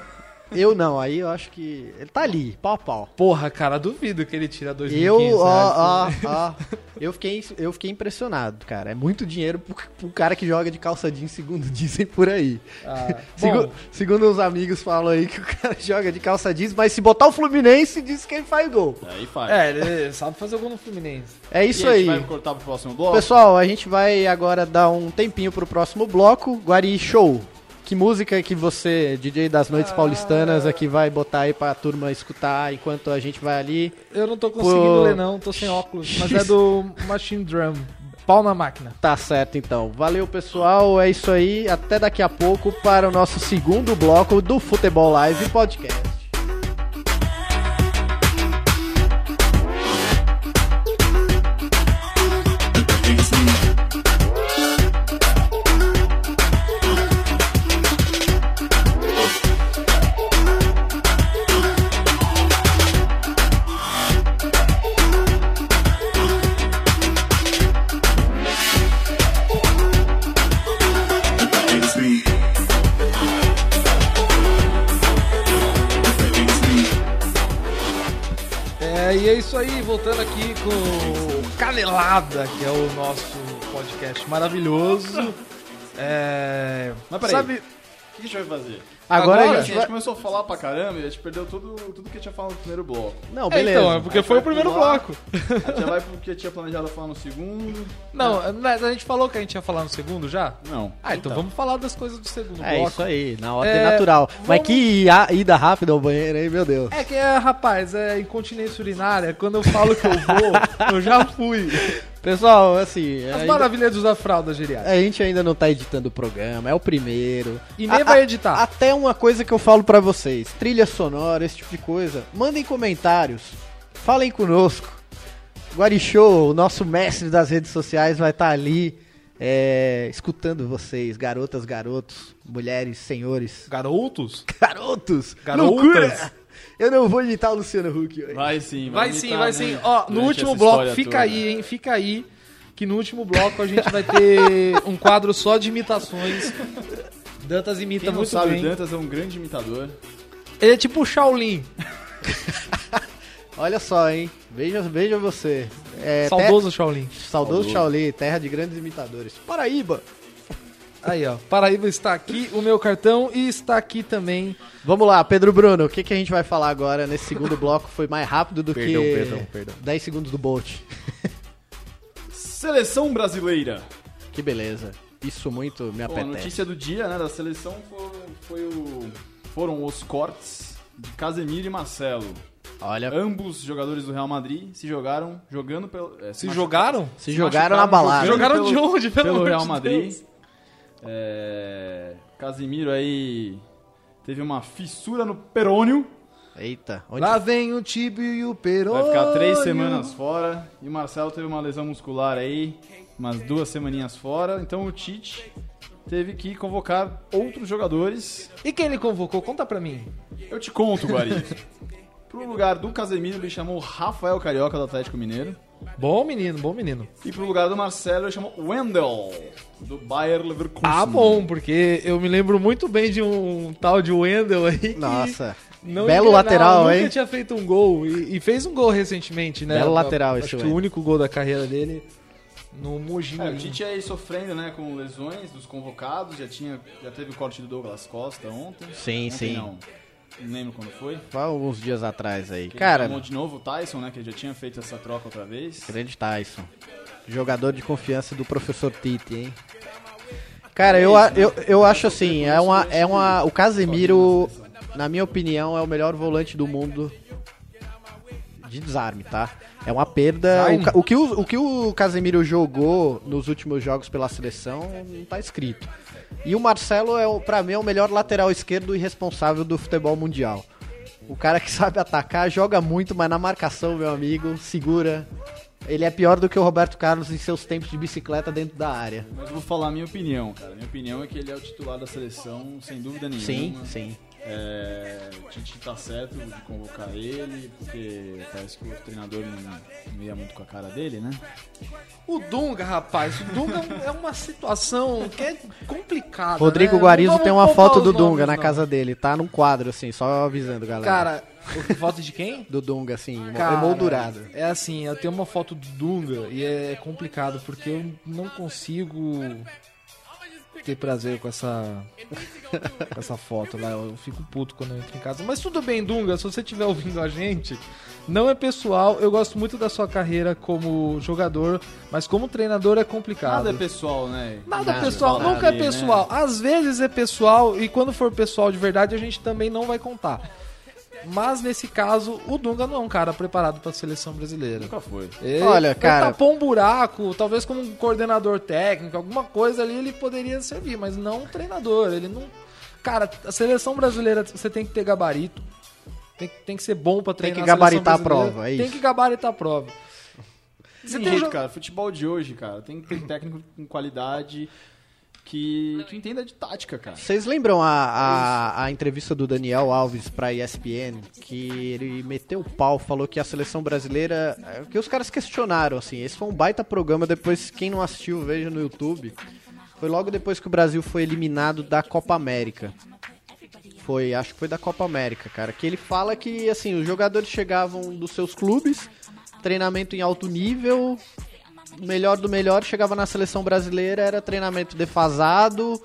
S1: Eu não, aí eu acho que. Ele tá ali, pau a pau.
S3: Porra, cara, duvido que ele tira 2.500
S1: Eu, ah, ó, ó,
S3: reais.
S1: ó. Eu fiquei, eu fiquei impressionado, cara. É muito dinheiro pro, pro cara que joga de calça jeans, segundo *laughs* dizem por aí.
S3: Ah,
S1: Segu-
S3: bom,
S1: segundo os amigos falam aí que o cara *laughs* joga de calça jeans, mas se botar o Fluminense, diz que ele faz gol.
S2: Aí faz.
S3: é, ele sabe fazer gol no Fluminense.
S1: É
S2: E
S1: isso
S2: a
S1: aí.
S2: gente vai cortar pro próximo bloco.
S1: Pessoal, a gente vai agora dar um tempinho pro próximo bloco. Guari Show. Que música que você, DJ das noites paulistanas, aqui vai botar aí pra turma escutar enquanto a gente vai ali.
S3: Eu não tô conseguindo
S1: Pô.
S3: ler, não, tô sem óculos. Mas é *laughs* do Machine Drum. Pau na máquina.
S1: Tá certo então. Valeu, pessoal. É isso aí. Até daqui a pouco para o nosso segundo bloco do Futebol Live Podcast.
S4: It's me. It's me.
S3: É, e é isso aí, voltando aqui com o Canelada, que é o nosso podcast *laughs* maravilhoso. É.
S2: Mas peraí.
S3: Sabe,
S2: O que a gente vai fazer?
S1: Agora,
S3: Agora,
S1: a
S2: Assim,
S1: gente
S2: a gente
S1: vai...
S2: começou a falar pra caramba e a gente perdeu tudo, tudo que tinha falado no primeiro bloco.
S1: Não,
S3: É,
S1: beleza.
S3: então, é porque
S2: Aí
S3: foi
S2: foi
S3: o primeiro
S2: pular.
S3: bloco.
S2: A gente já vai pro que tinha planejado falar no segundo.
S3: Não, mas a gente falou que a gente ia falar no segundo já?
S2: Não.
S3: Ah, É. então vamos falar das coisas do segundo
S1: É
S3: bloco.
S1: isso aí, na ordem
S3: É,
S1: natural. Mas
S3: vamos-
S1: que ia- ida rápida ao banheiro aí, meu Deus.
S3: É que, é, rapaz, é incontinência urinária. Quando eu falo que eu *laughs* vou, eu já fui.
S1: Pessoal, assim,
S3: As
S1: ainda-
S3: maravilhas dos fralda geriátrica.
S1: a gente ainda não tá editando o programa, é o primeiro.
S3: E nem
S1: A-
S3: vai
S1: a-
S3: editar.
S1: Até uma coisa que eu falo pra vocês, trilha sonora, esse tipo de coisa, mandem comentários, falem conosco. Guarichou, o nosso mestre das redes sociais, vai estar ali é, escutando vocês, garotas, garotos, mulheres, senhores,
S3: Garotos?
S1: garotos,
S3: Garotas.
S1: loucura! Eu não vou imitar o Luciano Huck hoje.
S2: Vai sim,
S3: Vai sim, vai sim. Ó, no
S2: Durante
S3: último
S2: essa
S3: bloco,
S2: história
S3: fica
S2: toda. né?
S3: aí, hein? Fica aí. Que no último bloco a gente
S2: *laughs*
S3: vai ter um quadro só de imitações. Dantas imita
S2: Quem não
S3: muito
S2: sabe,
S3: bem.
S2: o Dantas é um grande imitador.
S3: Ele é tipo o Shaolin.
S1: Olha só, hein? Veja, veja você. É, te-
S3: Saudoso Shaolin.
S1: Saudoso Shaolin, terra de grandes imitadores. Paraíba!
S3: Aí, ó. Paraíba está aqui, o meu cartão, e está aqui também.
S1: Vamos lá, Pedro Bruno, o que, que a gente vai falar agora nesse segundo
S3: *laughs*
S1: bloco? Foi mais rápido do
S3: Perdão,
S1: que
S3: perdão, perdão.
S1: 10 segundos do Bolt.
S2: Seleção brasileira.
S1: Que beleza. Isso muito me
S2: Bom, a
S1: apetece.
S2: notícia do dia, né, da seleção foi, foi o- foram os cortes de Casemiro e Marcelo.
S3: É.
S1: Olha,
S2: Ambos jogadores do Real Madrid se jogaram jogando pelo. é,
S3: Se
S2: machu-
S3: jogaram?
S1: se jogaram na balada.
S2: jogando
S3: Jogaram
S2: pelo-
S3: de onde, pelo,
S2: pelo
S3: amor
S2: Real
S3: de
S2: Madrid.
S3: Deus?
S2: É, Casimiro aí teve uma fissura no perônio.
S1: Eita, onde
S3: Lá vem o Tibio e o Peru.
S2: Vai ficar três semanas fora. E o Marcelo teve uma lesão muscular aí, umas duas semaninhas fora. Então o Tite teve que convocar outros jogadores.
S3: E quem ele convocou? Conta pra mim.
S2: Eu te conto, Guari. Pro lugar do Casemiro, ele chamou Rafael Carioca do Atlético Mineiro.
S3: Bom menino, bom menino.
S2: E pro lugar do Marcelo, ele chamou Wendel, do Bayer Leverkusen.
S3: Ah, bom, porque eu me lembro muito bem de um tal de Wendel aí. que
S1: Nossa.
S3: não
S1: Belo
S3: engrenava,
S1: lateral,
S3: nunca
S1: hein?
S3: tinha feito um gol. E, e fez um gol recentemente, né?
S1: Belo
S3: Eu-
S1: lateral
S3: Acho
S1: esse
S3: que o
S1: Wendel.
S3: único gol da carreira dele no Mogi.
S2: É, o
S3: Mirim.
S2: Tite aí sofrendo, né, com lesões dos convocados, já tinha, já teve o corte do Douglas Costa ontem.
S1: Sim,
S2: Ontem
S1: sim.
S2: Não, não lembro quando foi.
S1: Foi alguns dias atrás aí.
S2: Ele
S1: Cara,
S2: chamou de novo o Tyson, né, que já tinha feito essa troca outra vez.
S1: grande Tyson. Jogador de confiança do professor Tite, hein? Cara, eu, a- eu, eu acho assim, é uma, é uma. O Casemiro, na minha opinião, é o melhor volante do mundo de desarme, tá? É uma perda. O, ca- o que o, o que o Casemiro jogou nos últimos jogos pela seleção não tá escrito. E o Marcelo é, o- pra mim, é o melhor lateral esquerdo e responsável do futebol mundial. O cara que *laughs* sabe atacar, joga muito, mas na marcação, meu amigo, segura. Ele é pior do que o Roberto Carlos em seus tempos de bicicleta dentro da área.
S2: Mas eu vou falar a minha opinião, cara. Minha opinião é que ele é o titular da seleção, sem dúvida nenhuma.
S1: Sim, sim.
S2: É, o Tite tá certo de convocar ele, porque parece que o treinador não, não ia muito com a cara dele, né?
S3: O Dunga, rapaz, o Dunga é uma situação que é complicada.
S1: Rodrigo
S3: né?
S1: Guarizo
S3: Não
S1: tem
S3: vamos
S1: uma
S3: poupar
S1: foto
S3: os
S1: do
S3: nomes,
S1: Dunga na
S3: não.
S1: casa dele, tá num quadro, assim, só avisando, galera.
S3: Cara, foto de quem?
S1: do Dunga, assim,
S3: Cara,
S1: emoldurado.
S3: É assim, eu tenho uma foto do Dunga e é complicado porque eu não consigo ter prazer com essa *laughs* com essa foto lá. Eu fico puto quando eu entro em casa. Mas tudo bem, Dunga, se você estiver ouvindo a gente, não é pessoal. Eu gosto muito da sua carreira como jogador, mas como treinador é complicado.
S2: Nada é pessoal, né?
S3: Nada,
S1: Nada,
S3: pessoal,
S2: nada,
S3: nunca é
S2: né?
S3: pessoal. Às vezes é pessoal e quando for pessoal de verdade a gente também não vai contar. Mas nesse caso, o Dunga não é um cara preparado para a seleção brasileira.
S2: Nunca foi.
S3: Ele,
S1: Olha, cara-
S3: Ele tapou um buraco, talvez como um coordenador técnico, alguma coisa ali ele poderia servir, mas não um treinador. Ele não. Cara, a seleção brasileira você tem que ter gabarito. Tem, que- tem que ser bom pra
S1: Tem que
S3: treinar a seleção
S1: gabaritar a
S3: brasileira,
S1: prova, é
S3: Tem
S1: isso.
S3: que gabaritar a prova.
S2: Você
S3: tem
S2: tem jeito,
S3: jo-
S2: cara. Futebol de hoje, cara. Tem que ter técnico com qualidade que, que entenda de tática, cara.
S1: Vocês lembram a, a, a entrevista do Daniel Alves pra ESPN? Que ele meteu o pau, falou que a seleção brasileira. é, Que os caras questionaram, assim. Esse foi um baita programa, depois quem não assistiu, veja no YouTube. Foi logo depois que o Brasil foi eliminado da Copa América. Foi, acho que foi da Copa América, cara. Que ele fala que, assim, os jogadores chegavam dos seus clubes, treinamento em alto nível, o melhor do melhor, chegava na seleção brasileira, era treinamento defasado,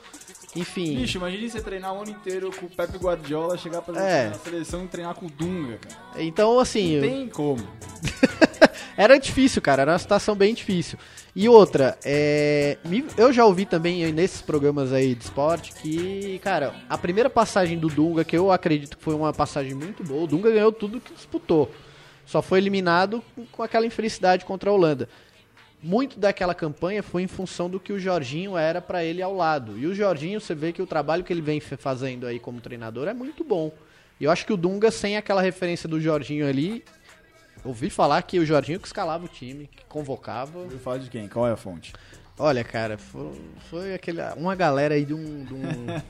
S1: enfim.
S2: Bicho, imagine você treinar o ano inteiro com o Pepe Guardiola, chegar pra
S1: É.
S2: na seleção e treinar com o Dunga, cara.
S1: Então, assim,
S2: Não tem como.
S1: *laughs* era difícil, cara, era uma situação bem difícil. E outra, é, me- eu já ouvi também nesses programas aí de esporte que, cara, a primeira passagem do Dunga, que eu acredito que foi uma passagem muito boa, o Dunga ganhou tudo que disputou. Só foi eliminado com- com aquela infelicidade contra a Holanda. Muito daquela campanha foi em função do que o Jorginho era pra ele ao lado. E o Jorginho, você vê que o trabalho que ele vem fe- fazendo aí como treinador é muito bom. E eu acho que o Dunga, sem aquela referência do Jorginho ali, Ouvi falar que o Jorginho que escalava o time, que convocava.
S2: Eu falo de quem? Qual é a fonte?
S1: Olha, cara, foi, foi aquele, uma galera aí de um.
S3: *laughs*
S1: de um-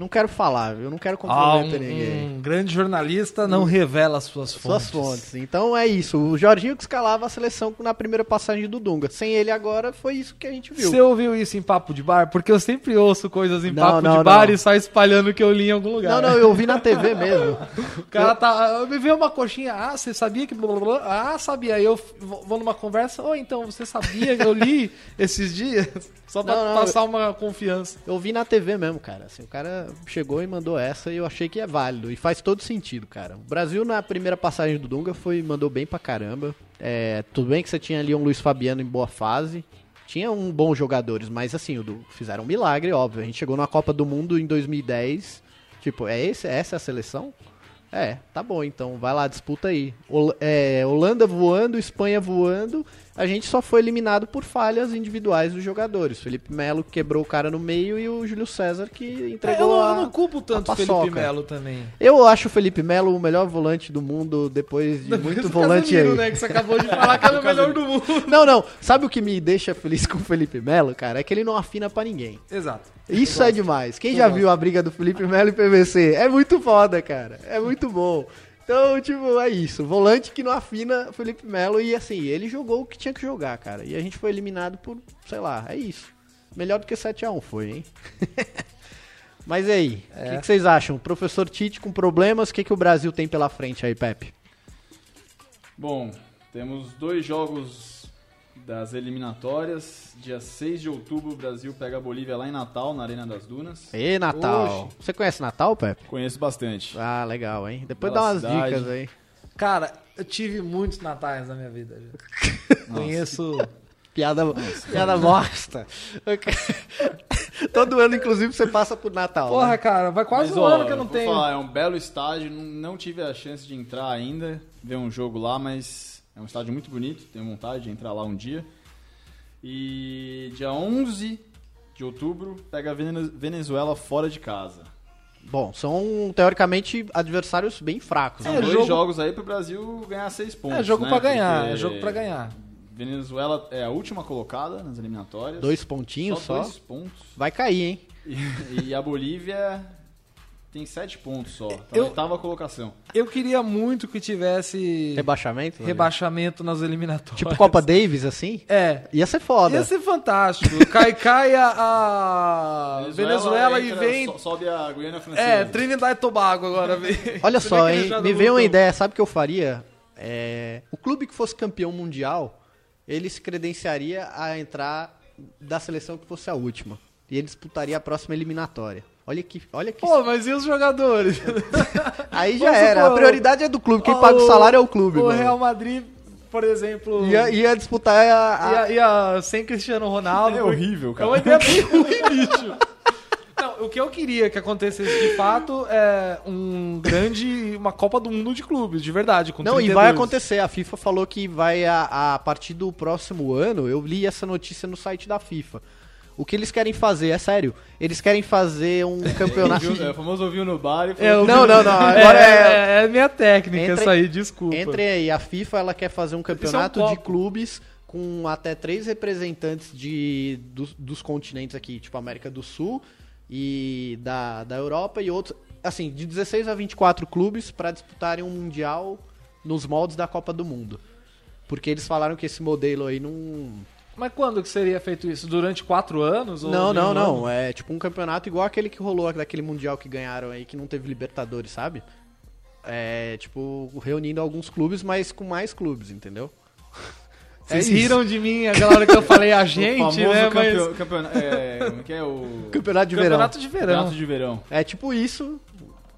S1: não quero falar, eu não quero comprometer ninguém.
S3: um, um grande jornalista não revela suas fontes.
S1: Suas fontes. Então é isso. O Jorginho que escalava a seleção na primeira passagem do Dunga. Sem ele agora, foi isso que a gente viu.
S3: Você ouviu isso em papo de bar? Porque eu sempre ouço coisas em
S1: Não,
S3: papo
S1: não,
S3: de bar
S1: não.
S3: e só espalhando o que eu li em algum lugar.
S1: Não, não, eu vi na TV mesmo.
S3: O cara tá. Me veio uma coxinha. Ah, você sabia que. blá, blá, blá? Ah, sabia. Eu f- vou vou numa conversa. Ou então, você sabia que eu li esses dias? *laughs* Só pra
S1: Não, não,
S3: passar uma confiança.
S1: Eu vi na TV mesmo, cara. Assim, o cara chegou e mandou essa e eu achei que é válido. E faz todo sentido, cara. O Brasil, na primeira passagem do Dunga, foi mandou bem pra caramba. É, tudo bem que você tinha ali um Luiz Fabiano em boa fase. Tinha um bons jogadores, mas assim, o Du- fizeram um milagre, óbvio. A gente chegou na Copa do Mundo em 2010. Tipo, é esse, essa é a seleção? É, tá bom, então vai lá, disputa aí. Hol- é, Holanda voando, Espanha voando, a gente só foi eliminado por falhas individuais dos jogadores. Felipe Melo quebrou o cara no meio e o Júlio César que entregou
S3: É, eu,
S1: a...
S3: eu não culpo tanto
S1: a
S3: o Felipe
S1: paçoca.
S3: Melo também.
S1: Eu acho o Felipe Melo o melhor volante do mundo depois de muito
S3: *laughs* Do
S1: volante
S3: Casemiro,
S1: aí.
S3: né, que você acabou
S1: *laughs*
S3: de falar que era o melhor do mundo.
S1: Não, não. Sabe o que me deixa feliz com o Felipe Melo, cara? É que ele não afina pra ninguém.
S3: Exato.
S1: Isso é demais. Quem já viu a briga do Felipe Melo e PVC? É muito foda, cara. É muito bom. Então, tipo, é isso. Volante que não afina Felipe Melo e assim, ele jogou o que tinha que jogar, cara. E a gente foi eliminado por, sei lá, é isso. Melhor do que 7x1 foi, hein? *laughs* Mas e aí, o que, que vocês acham? Professor Tite com problemas, o que, que o Brasil tem pela frente aí, Pepe?
S2: Bom, temos dois jogos das eliminatórias. Dia 6 de outubro, o Brasil pega a Bolívia lá em Natal, na Arena das Dunas.
S1: Ê, Natal! Você conhece Natal, Pepe?
S2: Conheço bastante.
S1: Ah, legal, hein? Depois
S2: Bela
S1: dá umas
S2: cidade.
S1: dicas aí.
S3: Cara, eu tive muitos natais na minha vida. já. Conheço.
S1: *laughs* Piada, piada bosta. *laughs* Todo ano, inclusive, você passa por Natal.
S3: Porra,
S1: né?
S3: cara, vai quase
S2: Mas,
S3: um
S2: ó,
S3: ano que eu não
S2: vou
S3: tenho.
S2: falar, é um belo estádio, não, não tive a chance de entrar ainda, ver um jogo lá, mas é um estádio muito bonito, tenho vontade de entrar lá um dia. E dia 11 de outubro pega a Vene- Venezuela fora de casa.
S1: Bom, são teoricamente adversários bem fracos.
S2: São
S1: né?
S3: É,
S2: dois
S3: jogo-
S2: jogos aí pro Brasil ganhar seis pontos.
S3: É jogo
S2: né?
S3: pra ganhar,
S2: Porque
S3: é jogo pra ganhar.
S2: Venezuela é a última colocada nas
S3: É.
S2: eliminatórias.
S1: Dois pontinhos só.
S2: dois pontos.
S1: Vai cair, hein?
S2: E, *laughs* e a Bolívia tem sete pontos só. Tá
S3: Eu-
S2: na oitava colocação.
S3: Eu queria muito que tivesse
S1: Rebaixamento? né?
S3: rebaixamento nas eliminatórias.
S1: Tipo Copa Davis, assim?
S3: É.
S1: Ia ser foda.
S3: Ia ser fantástico.
S1: *laughs*
S3: Cai, cai a, a Venezuela e
S2: entra-
S3: vem.
S2: so- sobe a Guiana Francesa.
S3: É, Trinidad e Tobago agora. vem.
S1: *laughs* Olha
S3: Você
S1: só,
S3: vê que
S1: hein?
S3: eles já
S1: Me
S3: não
S1: veio uma
S3: lutam.
S1: ideia, sabe o que eu faria? É, O clube que fosse campeão mundial, ele se credenciaria a entrar da seleção que fosse a última. E ele disputaria a próxima eliminatória. Olha que, olha que
S3: Pô, mas e os jogadores?
S1: Aí já
S3: Vamos
S1: era.
S3: supor,
S1: a prioridade é do clube. Quem
S3: Ó,
S1: paga o salário é o clube.
S3: *laughs* O
S1: mano.
S3: Real Madrid, por exemplo.
S1: Ia, ia disputar é a. a-
S3: ia- ia sem
S1: *laughs*
S3: Cristiano Ronaldo.
S2: É
S3: porque-
S2: horrível,
S3: É uma
S2: cara.
S3: ideia bem ruim, bicho. Não, o que eu queria que acontecesse de fato é um grande. uma Copa do Mundo de clubes, de verdade. Com
S1: Não, e
S3: 32.
S1: vai acontecer. A FIFA falou que vai a, a partir do próximo ano. Eu li essa notícia no site da FIFA. O que eles querem fazer, é sério. Eles querem fazer *laughs* um campeonato.
S2: Ouviu- é, o famoso ouviu no bar e falou,
S3: né? É, eu-
S1: não, não, não.
S3: É,
S1: Agora é.
S3: é, é minha técnica
S1: Entre-
S3: essa aí, desculpa. é
S1: Entre aí. A FIFA ela quer fazer um campeonato de
S3: copo.
S1: clubes com até três representantes de, dos, dos continentes aqui, tipo América do Sul e da, da Europa e outros. Assim, de 16 a 24 clubes para disputarem um Mundial nos moldes da Copa do Mundo. Porque eles falaram que esse modelo aí não.
S3: Mas quando que seria feito isso? Durante quatro anos? ou
S1: Não,
S3: em
S1: não,
S3: um ano?
S1: não. É tipo um campeonato igual aquele que rolou daquele mundial que ganharam aí, que não teve Libertadores, sabe? É tipo reunindo alguns clubes, mas com mais clubes, entendeu?
S3: Vocês
S1: É isso.
S3: riram de mim aquela hora que eu
S1: *laughs*
S3: falei a gente,
S2: famoso
S3: né? Mas.
S2: campeão- campeona- é, como é que é o...
S1: Campeonato de verão.
S3: Campeonato de verão.
S2: Campeonato de verão.
S1: É tipo isso,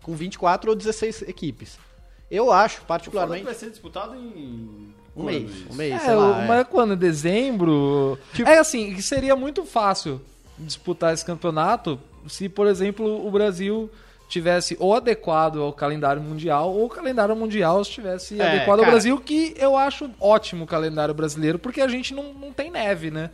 S1: com 24 ou 16 equipes. Eu acho,
S2: Fala que
S1: particularmente,
S2: vai ser disputado em...
S1: um mês.
S2: quando?
S1: Um mês, sei
S3: É,
S1: lá. é.
S3: o-
S1: Tipo-
S3: mas quando? Dezembro? É assim, que seria muito fácil disputar esse campeonato se, por exemplo, o Brasil tivesse ou adequado ao calendário mundial ou o calendário mundial estivesse
S1: É,
S3: adequado
S1: cara.
S3: ao Brasil, que eu acho ótimo o calendário brasileiro, porque a gente não, não tem
S1: *laughs*
S3: neve, né?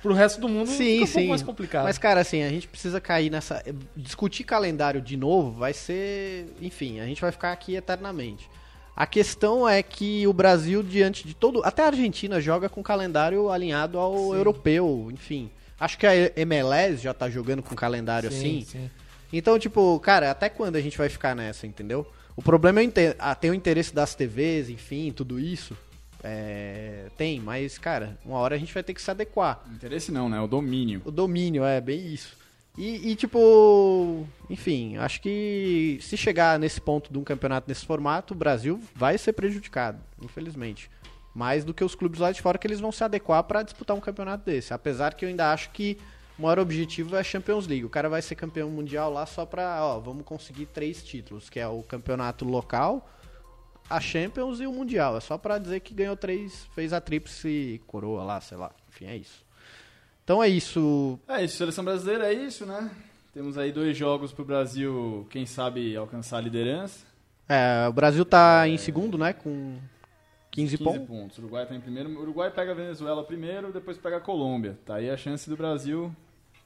S3: Pro resto do mundo
S1: Sim,
S3: fica um
S1: sim.
S3: pouco mais complicado.
S1: Mas, cara, assim, a gente precisa cair nessa. eh, Discutir calendário de novo vai ser. Enfim, a gente vai ficar aqui eternamente. A questão é que o Brasil, diante de todo. Até a Argentina joga com calendário alinhado ao
S3: Sim.
S1: europeu, enfim. Acho que a MLS já tá jogando com calendário assim.
S3: sim.
S1: Então, tipo, cara, até quando a gente vai ficar nessa, entendeu? O problema é o inte- ah, tem o interesse das TVs, enfim, tudo isso. É, tem, mas, cara, uma hora a gente vai ter que se adequar.
S2: Interesse não, né? O domínio.
S1: O domínio, é, bem isso. E, e, tipo, enfim, acho que se chegar nesse ponto de um campeonato nesse formato, o Brasil vai ser prejudicado, infelizmente. Mais do que os clubes lá de fora que eles vão se adequar pra disputar um campeonato desse. Apesar que eu ainda acho que o maior objetivo é a Champions League. O cara vai ser campeão mundial lá só pra, ó, vamos conseguir três títulos, que é o campeonato local, a Champions e o Mundial. É só pra dizer que ganhou três, fez a tríplice coroa lá, sei lá. Enfim, é isso. Então é isso.
S2: É isso, seleção brasileira é isso, né? Temos aí dois jogos pro Brasil, quem sabe, alcançar a liderança.
S1: É, o Brasil tá em segundo, né? Com 15,
S2: 15
S1: pontos.
S2: pontos. O Uruguai tá em primeiro. O Uruguai pega a Venezuela primeiro, depois pega a Colômbia. Tá aí a chance do Brasil.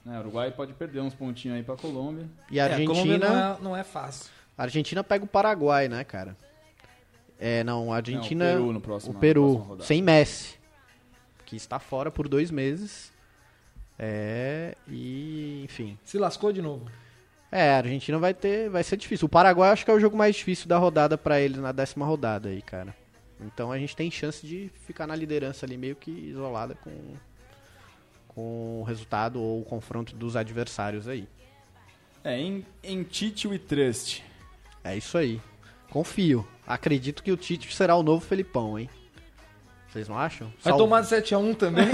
S2: né, o Uruguai pode perder uns pontinhos aí pra Colômbia.
S1: E a
S3: É, a Colômbia
S1: Argentina.
S3: não é, não é fácil.
S1: A Argentina pega o Paraguai, né, cara? É, não, a Argentina.
S2: Não, Né, o Peru no próximo-
S1: O
S2: na
S1: Peru,
S2: próxima rodada.
S1: sem Messi. Que está fora por dois meses. É. E, enfim.
S3: Se lascou de novo.
S1: É, a Argentina vai ter, vai ser difícil. O Paraguai eu acho que é o jogo mais difícil da rodada pra eles na décima rodada aí, cara. Então a gente tem chance de ficar na liderança ali meio que isolada com com o resultado ou o confronto dos adversários aí.
S2: É, em, em Tite e Trust.
S1: É isso aí. Confio. Acredito que o Tite será o novo Felipão, hein? Vocês não acham?
S3: Vai
S1: Salve.
S3: tomar de 7x1 também.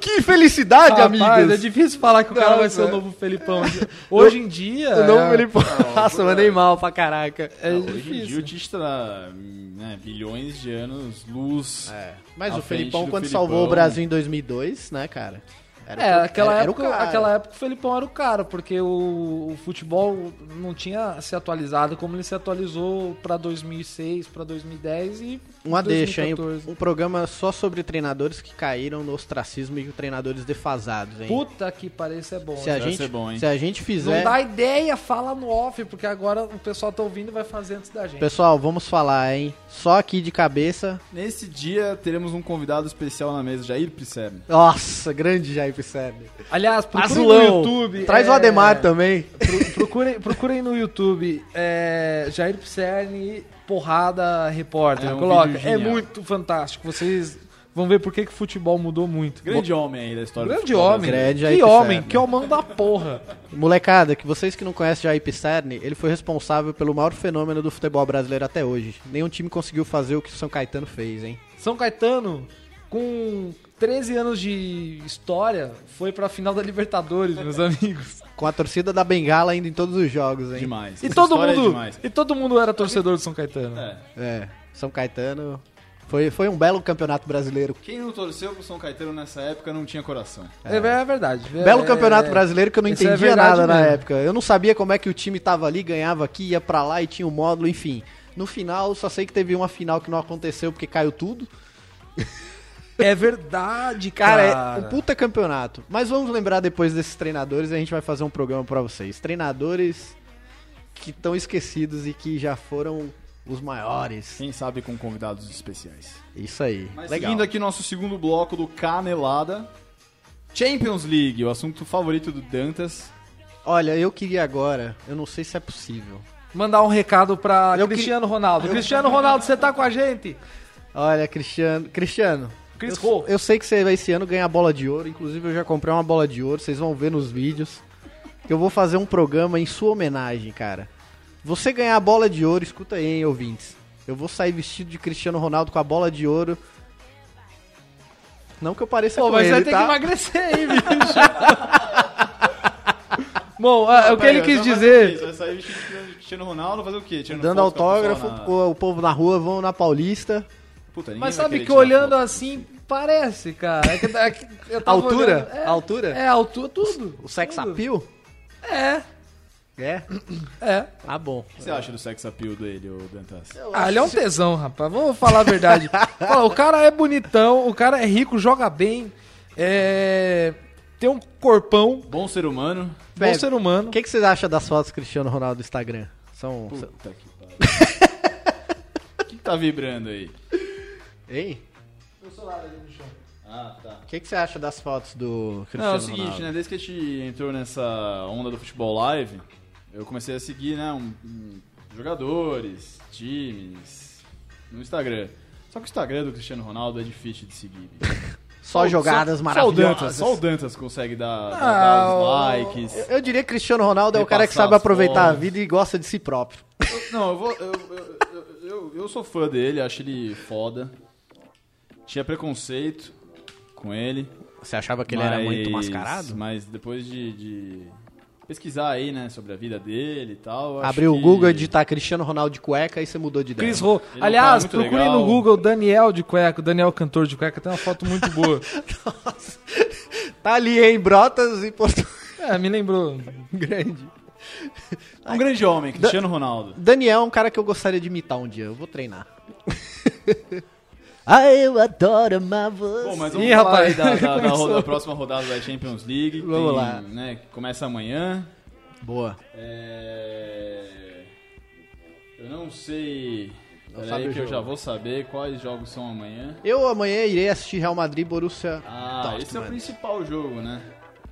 S1: Que felicidade,
S3: Rapaz, é
S1: amigos!
S3: difícil falar que o cara
S1: Não,
S3: vai ser o
S1: velho.
S3: novo Felipão. Hoje em dia.
S1: O novo
S3: é-
S1: Felipão. *laughs* Nossa, mandei mal pra caraca.
S3: É
S2: Hoje em dia
S3: difícil.
S2: o Tite tá né, bilhões de anos, luz.
S1: É. Mas
S2: À
S1: o Felipão,
S2: frente do
S1: quando
S2: Felipão.
S1: salvou o Brasil em 2002, né, cara? Era
S3: É,
S1: o-
S3: aquela,
S1: era- era o
S3: época,
S1: cara.
S3: aquela época o Felipão era o cara, porque o, o futebol não tinha se atualizado como ele se atualizou pra 2006, pra 2010 e.
S1: Uma deixa, hein?
S3: 2014.
S1: Um programa só sobre treinadores que caíram no ostracismo e treinadores defasados, hein?
S3: Puta que pareça é bom.
S1: se, a
S2: vai
S1: gente,
S2: ser bom, hein?
S1: se a gente
S3: Não
S1: fizer.
S3: dá ideia, fala no off, porque agora o pessoal tá ouvindo e vai fazer antes da gente.
S1: Pessoal, vamos falar, hein? Só aqui de cabeça.
S2: Nesse dia teremos um convidado especial na mesa, Jair Priceb.
S1: Nossa, grande Jair Pisserni.
S3: Aliás, procurem no
S1: Azulão.
S3: YouTube.
S1: Traz o
S3: é,
S1: Ademar também.
S3: pro- procurem, procurem no YouTube é, Jair Pisserni, porrada repórter.
S2: É um
S3: coloca.
S2: vídeo
S3: É
S2: genial.
S3: muito fantástico. Vocês vão ver por que, que o futebol mudou muito.
S2: Grande homem aí da história do
S3: Grande
S2: futebol
S3: homem.
S2: brasileiro.
S1: Grande Jair
S3: que
S1: Pisserni.
S3: homem, que homão da porra.
S1: Molecada, que vocês que não conhecem Jair Pisserni, ele foi responsável pelo maior fenômeno do futebol brasileiro até hoje. Nenhum time conseguiu fazer o que o São Caetano fez, hein?
S3: São Caetano, com 13 anos de história, foi pra final da Libertadores, meus
S2: É.
S3: amigos.
S1: Com a torcida da Bengala ainda em todos os jogos, hein?
S2: Demais.
S3: E
S2: Essa
S3: todo
S2: história é
S3: mundo,
S2: demais.
S3: e todo mundo era torcedor do São Caetano.
S2: É.
S1: É, São Caetano. Foi, foi um belo campeonato brasileiro.
S2: Quem não torceu pro São Caetano nessa época não tinha coração.
S3: É, é verdade. É-
S1: Belo
S3: é-
S1: campeonato brasileiro que eu não
S3: Isso é
S1: entendia
S3: verdade
S1: nada na
S3: mesmo.
S1: época. Eu não sabia como é que o time tava ali, ganhava aqui, ia pra lá e tinha o módulo, enfim. No final, só sei que teve uma final que não aconteceu porque caiu tudo.
S3: É verdade,
S1: Cara,
S3: cara.
S1: é um puta campeonato. Mas vamos lembrar depois desses treinadores e a gente vai fazer um programa pra vocês. Treinadores que estão esquecidos e que já foram os maiores.
S2: Quem sabe com convidados especiais.
S1: Isso aí.
S2: Mas
S1: Legal.
S2: seguindo aqui nosso segundo bloco do Canelada. Champions League, o assunto favorito do Dantas.
S1: Olha, eu queria agora, eu não sei se é possível.
S3: Mandar um recado pra
S1: Eu que-
S3: Cristiano Ronaldo. Cristiano Ronaldo, você tá com a gente?
S1: Olha, Cristiano. Cristiano.
S3: Chris
S1: eu,
S3: Paul.
S1: eu sei que você vai esse ano ganhar bola de ouro. Inclusive, eu já comprei uma bola de ouro. Vocês vão ver nos vídeos. Eu vou fazer um programa em sua homenagem, cara. Você ganhar a bola de ouro, escuta aí, hein, ouvintes. Eu vou sair vestido de Cristiano Ronaldo com a bola de ouro. Não que eu pareça
S3: Pô,
S1: com
S3: mas você
S1: ele,
S3: vai ter
S1: tá?
S3: que emagrecer *laughs* aí, bicho. Bom, ah, o que ele quis dizer.
S2: Vai sair vestido de Cristiano Ronaldo, fazer o quê? Tirando
S1: Dando
S2: foto com a
S1: autógrafo,
S2: pessoa na-
S1: o povo na rua vão na Paulista.
S2: Puta, ninguém
S3: Mas
S2: vai
S3: sabe
S2: querer
S3: que
S2: tirar
S3: olhando
S2: foto.
S3: assim, parece, cara. É que- é que eu
S1: A
S3: tava
S1: altura?
S3: olhando- É,
S1: a altura?
S3: é, a altura, tudo.
S1: O sex
S3: tudo.
S1: appeal?
S3: É,
S1: É?
S3: é.
S1: Ah, bom.
S2: O que você acha do sex appeal dele, ô Dantas?
S3: Ah, ele é um tesão, rapaz. Vamos falar
S1: *laughs*
S3: a verdade. Fala, o cara é bonitão, o cara é rico, joga bem, é... tem um corpão,
S2: Bom ser humano.
S1: Bebe.
S3: bom ser humano.
S1: O que, que vocês acham das fotos do Cristiano Ronaldo do Instagram? São. são-
S2: Puta que
S3: *laughs*
S2: pariu. O que que tá vibrando aí?
S1: Ei?
S2: Ah, tá.
S1: O que, que você acha das fotos do Cristiano
S2: Não, é o seguinte,
S1: Ronaldo?
S2: né? Desde que a gente entrou nessa onda do futebol live, eu comecei a seguir, né? um- um- jogadores, times, no Instagram. Só que o Instagram do Cristiano Ronaldo é difícil de seguir. *laughs* bicho.
S1: Só jogadas
S2: só- Só Tá o Dantas,
S1: maravilhosas.
S2: só o Dantas consegue dar, dar-
S3: Ah, o-
S2: dar os likes.
S1: Eu- Eu diria que Cristiano Ronaldo é o
S2: Repassar
S1: cara que sabe
S2: as
S1: aproveitar a
S2: fotos.
S1: vida e gosta de si próprio.
S2: Eu- Não, eu vou. Eu, eu, eu, eu- eu sou fã dele, acho ele foda. Tinha preconceito com ele.
S1: Você achava que
S2: mas- Mas depois de, de pesquisar aí, né, sobre a vida dele e tal. eu acho
S1: Abriu o
S2: que-
S1: Google, editar Cristiano Ronaldo de cueca e você mudou de ideia.
S3: Cris Rô.
S2: Ele é um
S3: Aliás,
S2: cara muito
S3: procurem
S2: legal.
S3: no Google Daniel de cueca, o Daniel cantor de cueca, tem uma foto muito
S2: *laughs*
S3: boa.
S1: *laughs* Tá ali, hein? Brotas e Porto *laughs*
S3: é, me lembrou.
S1: Grande.
S2: É um grande homem, Cristiano Ronaldo.
S1: Daniel é um cara que eu gostaria de imitar um dia. Eu vou treinar.
S5: *laughs* Ah, eu adoro amar você.
S2: Bom, mas
S3: Ih,
S2: vamos falar
S3: rapaz,
S2: aí da,
S1: *laughs*
S2: da- da
S3: começou.
S2: roda- da próxima rodada da Champions League.
S1: Vamos
S2: Tem,
S1: lá.
S2: né, que começa amanhã.
S1: Boa.
S2: É, Eu não sei...
S1: sabe
S2: Peraí
S1: o
S2: que eu
S1: jogo.
S2: já vou saber quais jogos são amanhã.
S1: Eu amanhã irei assistir Real Madrid Borussia
S2: Ah,
S1: Dortmund.
S2: esse é o principal jogo, né?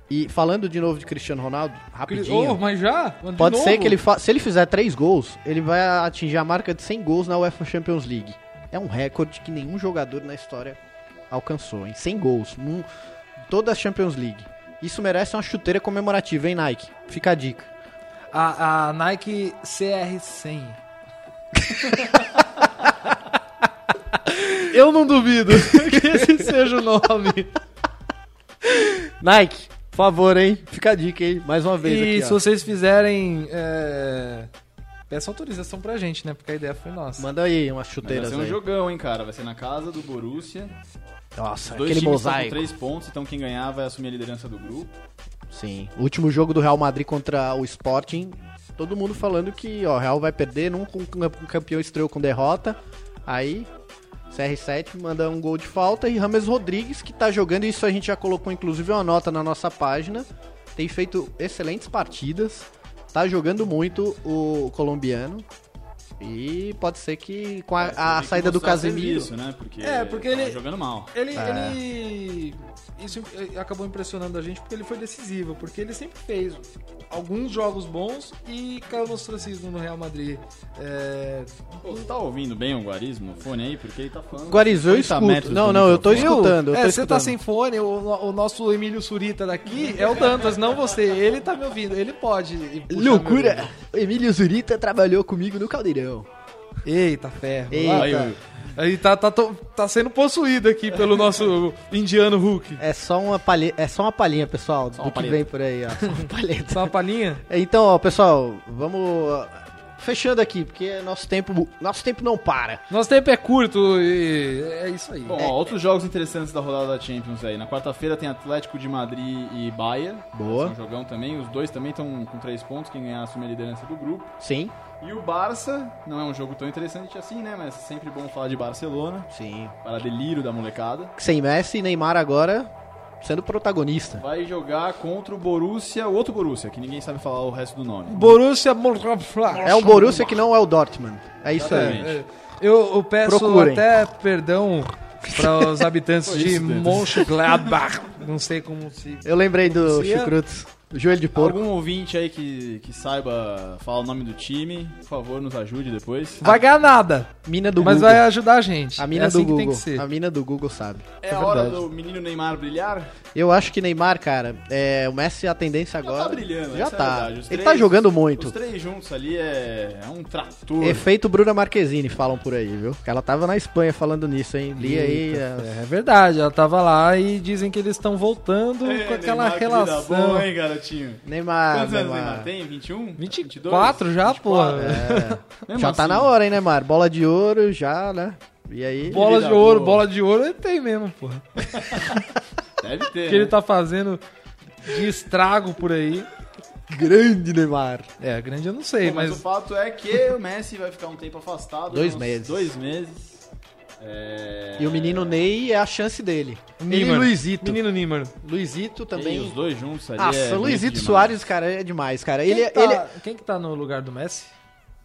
S1: E falando de novo de Cristiano Ronaldo, rapidinho.
S3: Oh, mas já? De
S1: Pode ser
S3: novo?
S1: que ele fa... se ele fizer três gols, ele vai atingir a marca de 100 gols na UEFA Champions League. É um recorde que nenhum jogador na história alcançou, hein? 100 gols, num... toda a Champions League. Isso merece uma chuteira comemorativa, hein, Nike? Fica a dica.
S3: A, a Nike CR100.
S1: Eu não duvido que esse seja o nome. *laughs* Nike, por favor, hein? Fica a dica, hein? Mais uma vez
S3: *laughs* E
S1: aqui,
S3: se
S1: ó.
S3: vocês fizerem. É... Peça autorização pra gente, né? Porque a ideia foi nossa.
S1: Manda aí umas
S2: Mas vai
S1: chuteiras
S2: ser um
S1: aí.
S2: jogão, hein, cara? Vai ser na casa do Borussia.
S1: Nossa,
S2: Dois
S1: aquele
S2: times estão com
S1: mosaico.
S2: três pontos, então quem ganhar vai assumir a liderança do grupo.
S1: Sim. O último jogo do Real Madrid contra o Sporting, todo mundo falando que ó, o Real vai perder, não com o um campeão estreou com derrota. Aí CR7 manda um gol de falta e Rames Rodrigues que tá jogando, isso a gente já colocou inclusive uma nota na nossa página. Tem feito excelentes partidas, tá jogando muito o colombiano. E pode ser que com a,
S2: Mas
S1: a
S2: tem que
S1: saída do
S2: mostrar
S1: Casemiro,
S2: serviço, né? Porque
S3: É, porque
S2: tava
S3: ele-
S2: jogando mal.
S3: Ele,
S1: É.
S3: ele- Isso eh, acabou impressionando a gente porque ele foi decisivo. Porque ele sempre fez alguns jogos bons e caiu no ostracismo no Real Madrid. É,
S2: Pô, você tá ouvindo bem o Guarismo, o fone aí? Porque ele tá falando...
S1: Guariz, eu
S2: 50
S1: escuto.
S2: metros
S1: Não,
S2: do
S1: não, eu tô
S2: microfone.
S1: escutando. eu tô
S3: é, você tá
S1: escutando.
S3: sem fone, o, o nosso Emílio Surita daqui é o Dantas, não você. Ele tá me ouvindo, ele pode. puxar
S2: né?
S3: meu
S1: Loucura! Emílio Zurita trabalhou comigo no Caldeirão.
S3: ouvido. Eita ferro.
S1: Eita.
S2: Aí, eu-
S3: Aí tá, tá, to- tá sendo possuído aqui pelo nosso indiano Hulk.
S1: É só uma palhinha, é só uma palhinha, pessoal,
S2: uma
S1: do que
S2: palheta.
S1: vem por aí, ó. Só uma palheta.
S3: Só é uma palhinha?
S1: Então, ó, pessoal, vamos ah, fechando aqui, porque nosso tempo, nosso tempo não para.
S3: Nosso tempo é curto e é isso aí.
S2: Bom, ó, outros jogos interessantes da rodada da Champions aí. Na quarta-feira tem Atlético de Madrid e Bahia.
S1: Boa.
S2: Vai ser Um jogão também. Os dois também estão com três pontos. Quem ganhar assume a liderança do grupo.
S1: Sim,
S2: E o Barça, não é um jogo tão interessante assim, né? Mas sempre bom falar de Barcelona.
S1: sim.
S2: Para delírio da molecada.
S1: Sem Messi e Neymar agora sendo protagonista.
S2: Vai jogar contra o Borussia, o outro Borussia, que ninguém sabe falar o resto do nome.
S3: Borussia Mönchengladbach.
S1: É o Borussia que não é o Dortmund. É isso aí.
S2: Exatamente.
S3: Eu, eu peço
S1: Procurem.
S3: até perdão para os habitantes
S2: Foi
S3: de
S2: isso,
S1: *laughs*
S2: Dantas.
S3: Mönchengladbach. Não sei como se...
S1: Eu lembrei do
S3: Borussia.
S1: Chucrutos, joelho de porco.
S2: Algum ouvinte aí que, que saiba falar o nome do time, por favor, nos ajude depois.
S3: Vai ganhar nada,
S1: Mina do
S3: mas
S1: Google.
S3: vai ajudar a gente.
S1: A mina
S3: é assim
S1: do
S3: que tem
S1: Google.
S3: que ser.
S1: A mina do Google sabe.
S2: É a hora
S3: verdade.
S2: do menino Neymar brilhar?
S1: Eu acho que Neymar, cara, é, o Messi a tendência agora.
S2: tá brilhando,
S1: Já
S2: essa é a
S1: tá.
S2: verdade. Os
S1: Ele
S2: três-
S1: tá jogando
S2: Os
S1: muito.
S2: três juntos ali é, é um trator.
S1: Efeito Bruna Marquezine, falam por aí, viu? Que ela tava na Espanha falando nisso, hein? Li aí. é,
S3: É verdade, ela tava lá e dizem que eles estão voltando
S2: É,
S3: com aquela
S2: Neymar, que vida
S3: relação.
S2: boa, hein, garotinho?
S1: Neymar.
S2: Quantos anos
S1: Ah, Neymar.
S2: Neymar tem? 21?
S3: 24 já, porra.
S1: É, já
S2: assim.
S1: tá na hora, hein, Neymar? Bola de ouro, já, né? E aí.
S2: Bo-
S3: Bola
S2: Vida
S3: de ouro,
S2: boa.
S3: bola de ouro ele tem mesmo, porra.
S2: Deve ter.
S3: O que ele
S2: né?
S3: tá fazendo de estrago por aí.
S1: Grande Neymar.
S3: É, grande eu não sei,
S2: Bom, mas,
S3: mas.
S2: o fato é que o Messi vai ficar um tempo afastado.
S1: Dois
S2: uns
S1: meses.
S2: Dois meses. É,
S1: E o menino Ney é a chance dele. Ele e
S3: Neymar.
S1: Luizito.
S3: Menino Nimar.
S1: Luizito
S2: É, e
S1: também.
S2: os dois juntos ali.
S1: Nossa,
S2: é bonito
S1: Luizito
S2: demais.
S1: Soares, cara, é demais, cara. Ele,
S3: quem,
S1: ele,
S3: tá, quem que tá no lugar do Messi?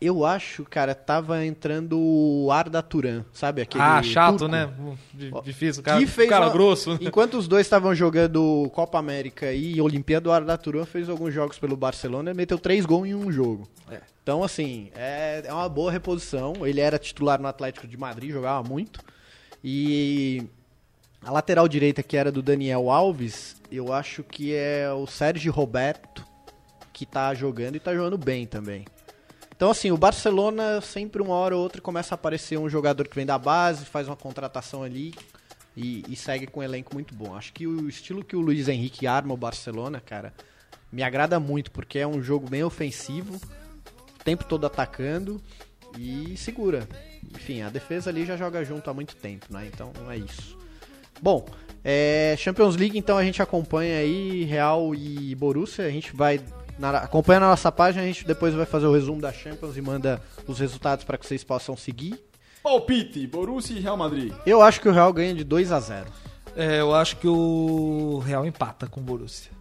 S1: eu acho, cara, tava entrando o Arda Turan, sabe? Aquele
S3: ah, chato,
S1: turco.
S3: né? Di- Difícil, cara.
S1: que fez
S3: cara
S1: uma-
S3: grosso. *laughs*
S1: Enquanto os dois estavam jogando Copa América e Olimpíada, o Arda Turan fez alguns jogos pelo Barcelona e meteu três gols em um jogo. Então, assim, é, é uma boa reposição. Ele era titular no Atlético de Madrid, jogava muito. E a lateral direita, que era do Daniel Alves, eu acho que é o Sérgio Roberto, que tá jogando e tá jogando bem também. Então, assim, o Barcelona sempre uma hora ou outra começa a aparecer um jogador que vem da base, faz uma contratação ali e, e segue com um elenco muito bom. Acho que o estilo que o Luiz Henrique arma o Barcelona, cara, me agrada muito, porque é um jogo bem ofensivo, o tempo todo atacando e segura. Enfim, a defesa ali já joga junto há muito tempo, né? Então é isso. Bom, é, Champions League, então a gente acompanha aí Real e Borussia. A gente vai Na- acompanha na nossa página, a gente depois vai fazer o resumo da Champions e manda os resultados para que vocês possam seguir.
S2: Palpite, Borussia e Real Madrid.
S1: Eu acho que o Real ganha de 2 a 0
S3: É, eu acho que o Real empata com o Borussia.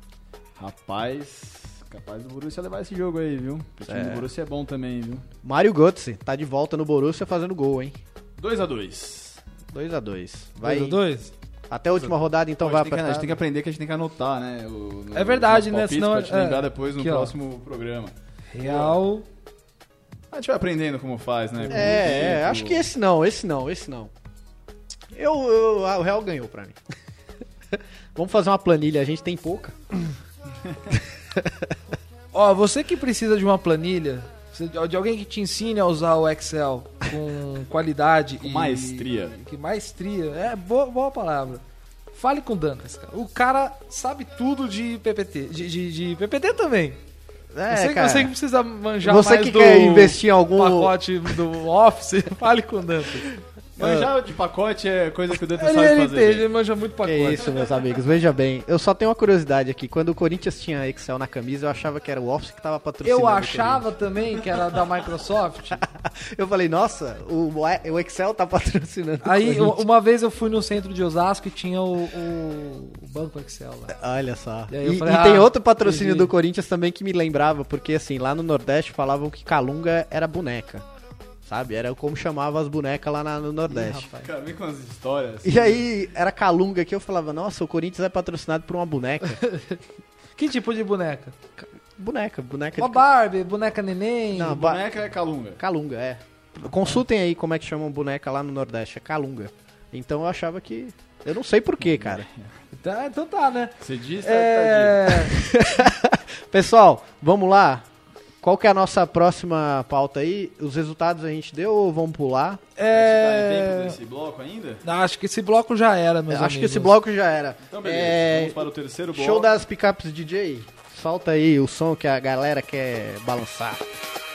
S2: Rapaz, capaz do Borussia levar esse jogo aí, viu? O time do Borussia é bom também, viu?
S1: Mário Götze tá de volta no Borussia fazendo gol, hein?
S2: 2x2.
S1: 2 a 2 Vai
S3: 2 a 2
S1: até a última rodada, então
S2: Pô,
S1: vai
S2: a, gente tem que- a gente
S1: apertar.
S2: tem que aprender que a gente tem que anotar, né? o- no-
S3: É verdade,
S2: nos
S3: né?
S2: palpites
S3: Senão-
S2: Pra te
S3: é.
S2: lembrar depois no
S3: Aqui, ó.
S2: próximo programa.
S3: Real.
S2: A gente vai aprendendo como faz, né? Com o
S1: É, é,
S2: tempo.
S1: acho que esse não, esse não, esse não. Eu, eu- ah, o Real ganhou pra mim. *laughs* Vamos fazer uma planilha, a gente tem pouca.
S3: Ó, você que precisa de uma planilha, você- de alguém que te ensine a usar o Excel *laughs* com qualidade
S2: Com maestria.
S3: Que maestria, é boa, boa palavra. Fale com o Dantas, cara. O cara sabe tudo de PPT. De, de- de PPT também.
S1: É,
S3: você,
S1: cara.
S3: você que precisa manjar
S1: Você
S3: mais
S1: que
S3: do
S1: quer investir em algum-
S3: pacote do Office, *laughs* fale com o Dantas.
S2: Manjar de pacote é coisa que o Dantas
S3: Ele,
S2: sabe
S3: ele,
S2: fazer.
S3: entende,
S2: gente.
S3: ele manja muito pacote.
S1: É isso, meus amigos. Veja bem, eu só tenho uma curiosidade aqui. Quando o Corinthians tinha Excel na camisa, eu achava que era o Office que tava patrocinando.
S3: Eu
S1: o
S3: achava também que era da Microsoft. *laughs*
S1: Corinthians. Eu falei, nossa, o, o Excel tá patrocinando. o
S3: Aí, u-
S1: Corinthians.
S3: uma vez eu fui no centro de Osasco e tinha o, o Banco Excel lá.
S1: Olha só.
S3: E aí eu
S1: E,
S3: falei,
S1: e
S3: ah,
S1: tem outro patrocínio
S3: entendi.
S1: do Corinthians também que me lembrava, porque assim, lá no Nordeste falavam que Calunga era boneca. Sabe? Era como chamava as bonecas lá na- no Nordeste.
S3: Rapaz.
S2: Cara, vem com as histórias.
S1: E aí era Calunga que eu falava, nossa, o Corinthians é patrocinado por uma boneca.
S3: Que tipo de boneca?
S1: *laughs* boneca, boneca
S3: Uma
S1: de
S3: Barbie, boneca neném.
S1: Não, ba-
S2: Boneca é calunga.
S1: Calunga, é. Consultem aí como é que chamam boneca lá no Nordeste, é Calunga. Então eu achava que. Eu não sei porquê, *laughs* cara.
S3: Tá, então tá, né?
S2: Você diz, é...
S3: É...
S1: Pessoal, vamos lá. Qual que é a nossa próxima pauta aí? Os resultados a gente deu ou vamos pular?
S2: tá em tempo
S3: é...
S2: desse bloco ainda?
S3: Acho que esse bloco já era, meus
S1: Acho que
S3: amigos.
S1: esse bloco já era.
S2: Então, beleza.
S1: É,
S2: Vamos para o terceiro bloco.
S1: Show das picapes DJ. Solta aí o som que a galera quer balançar.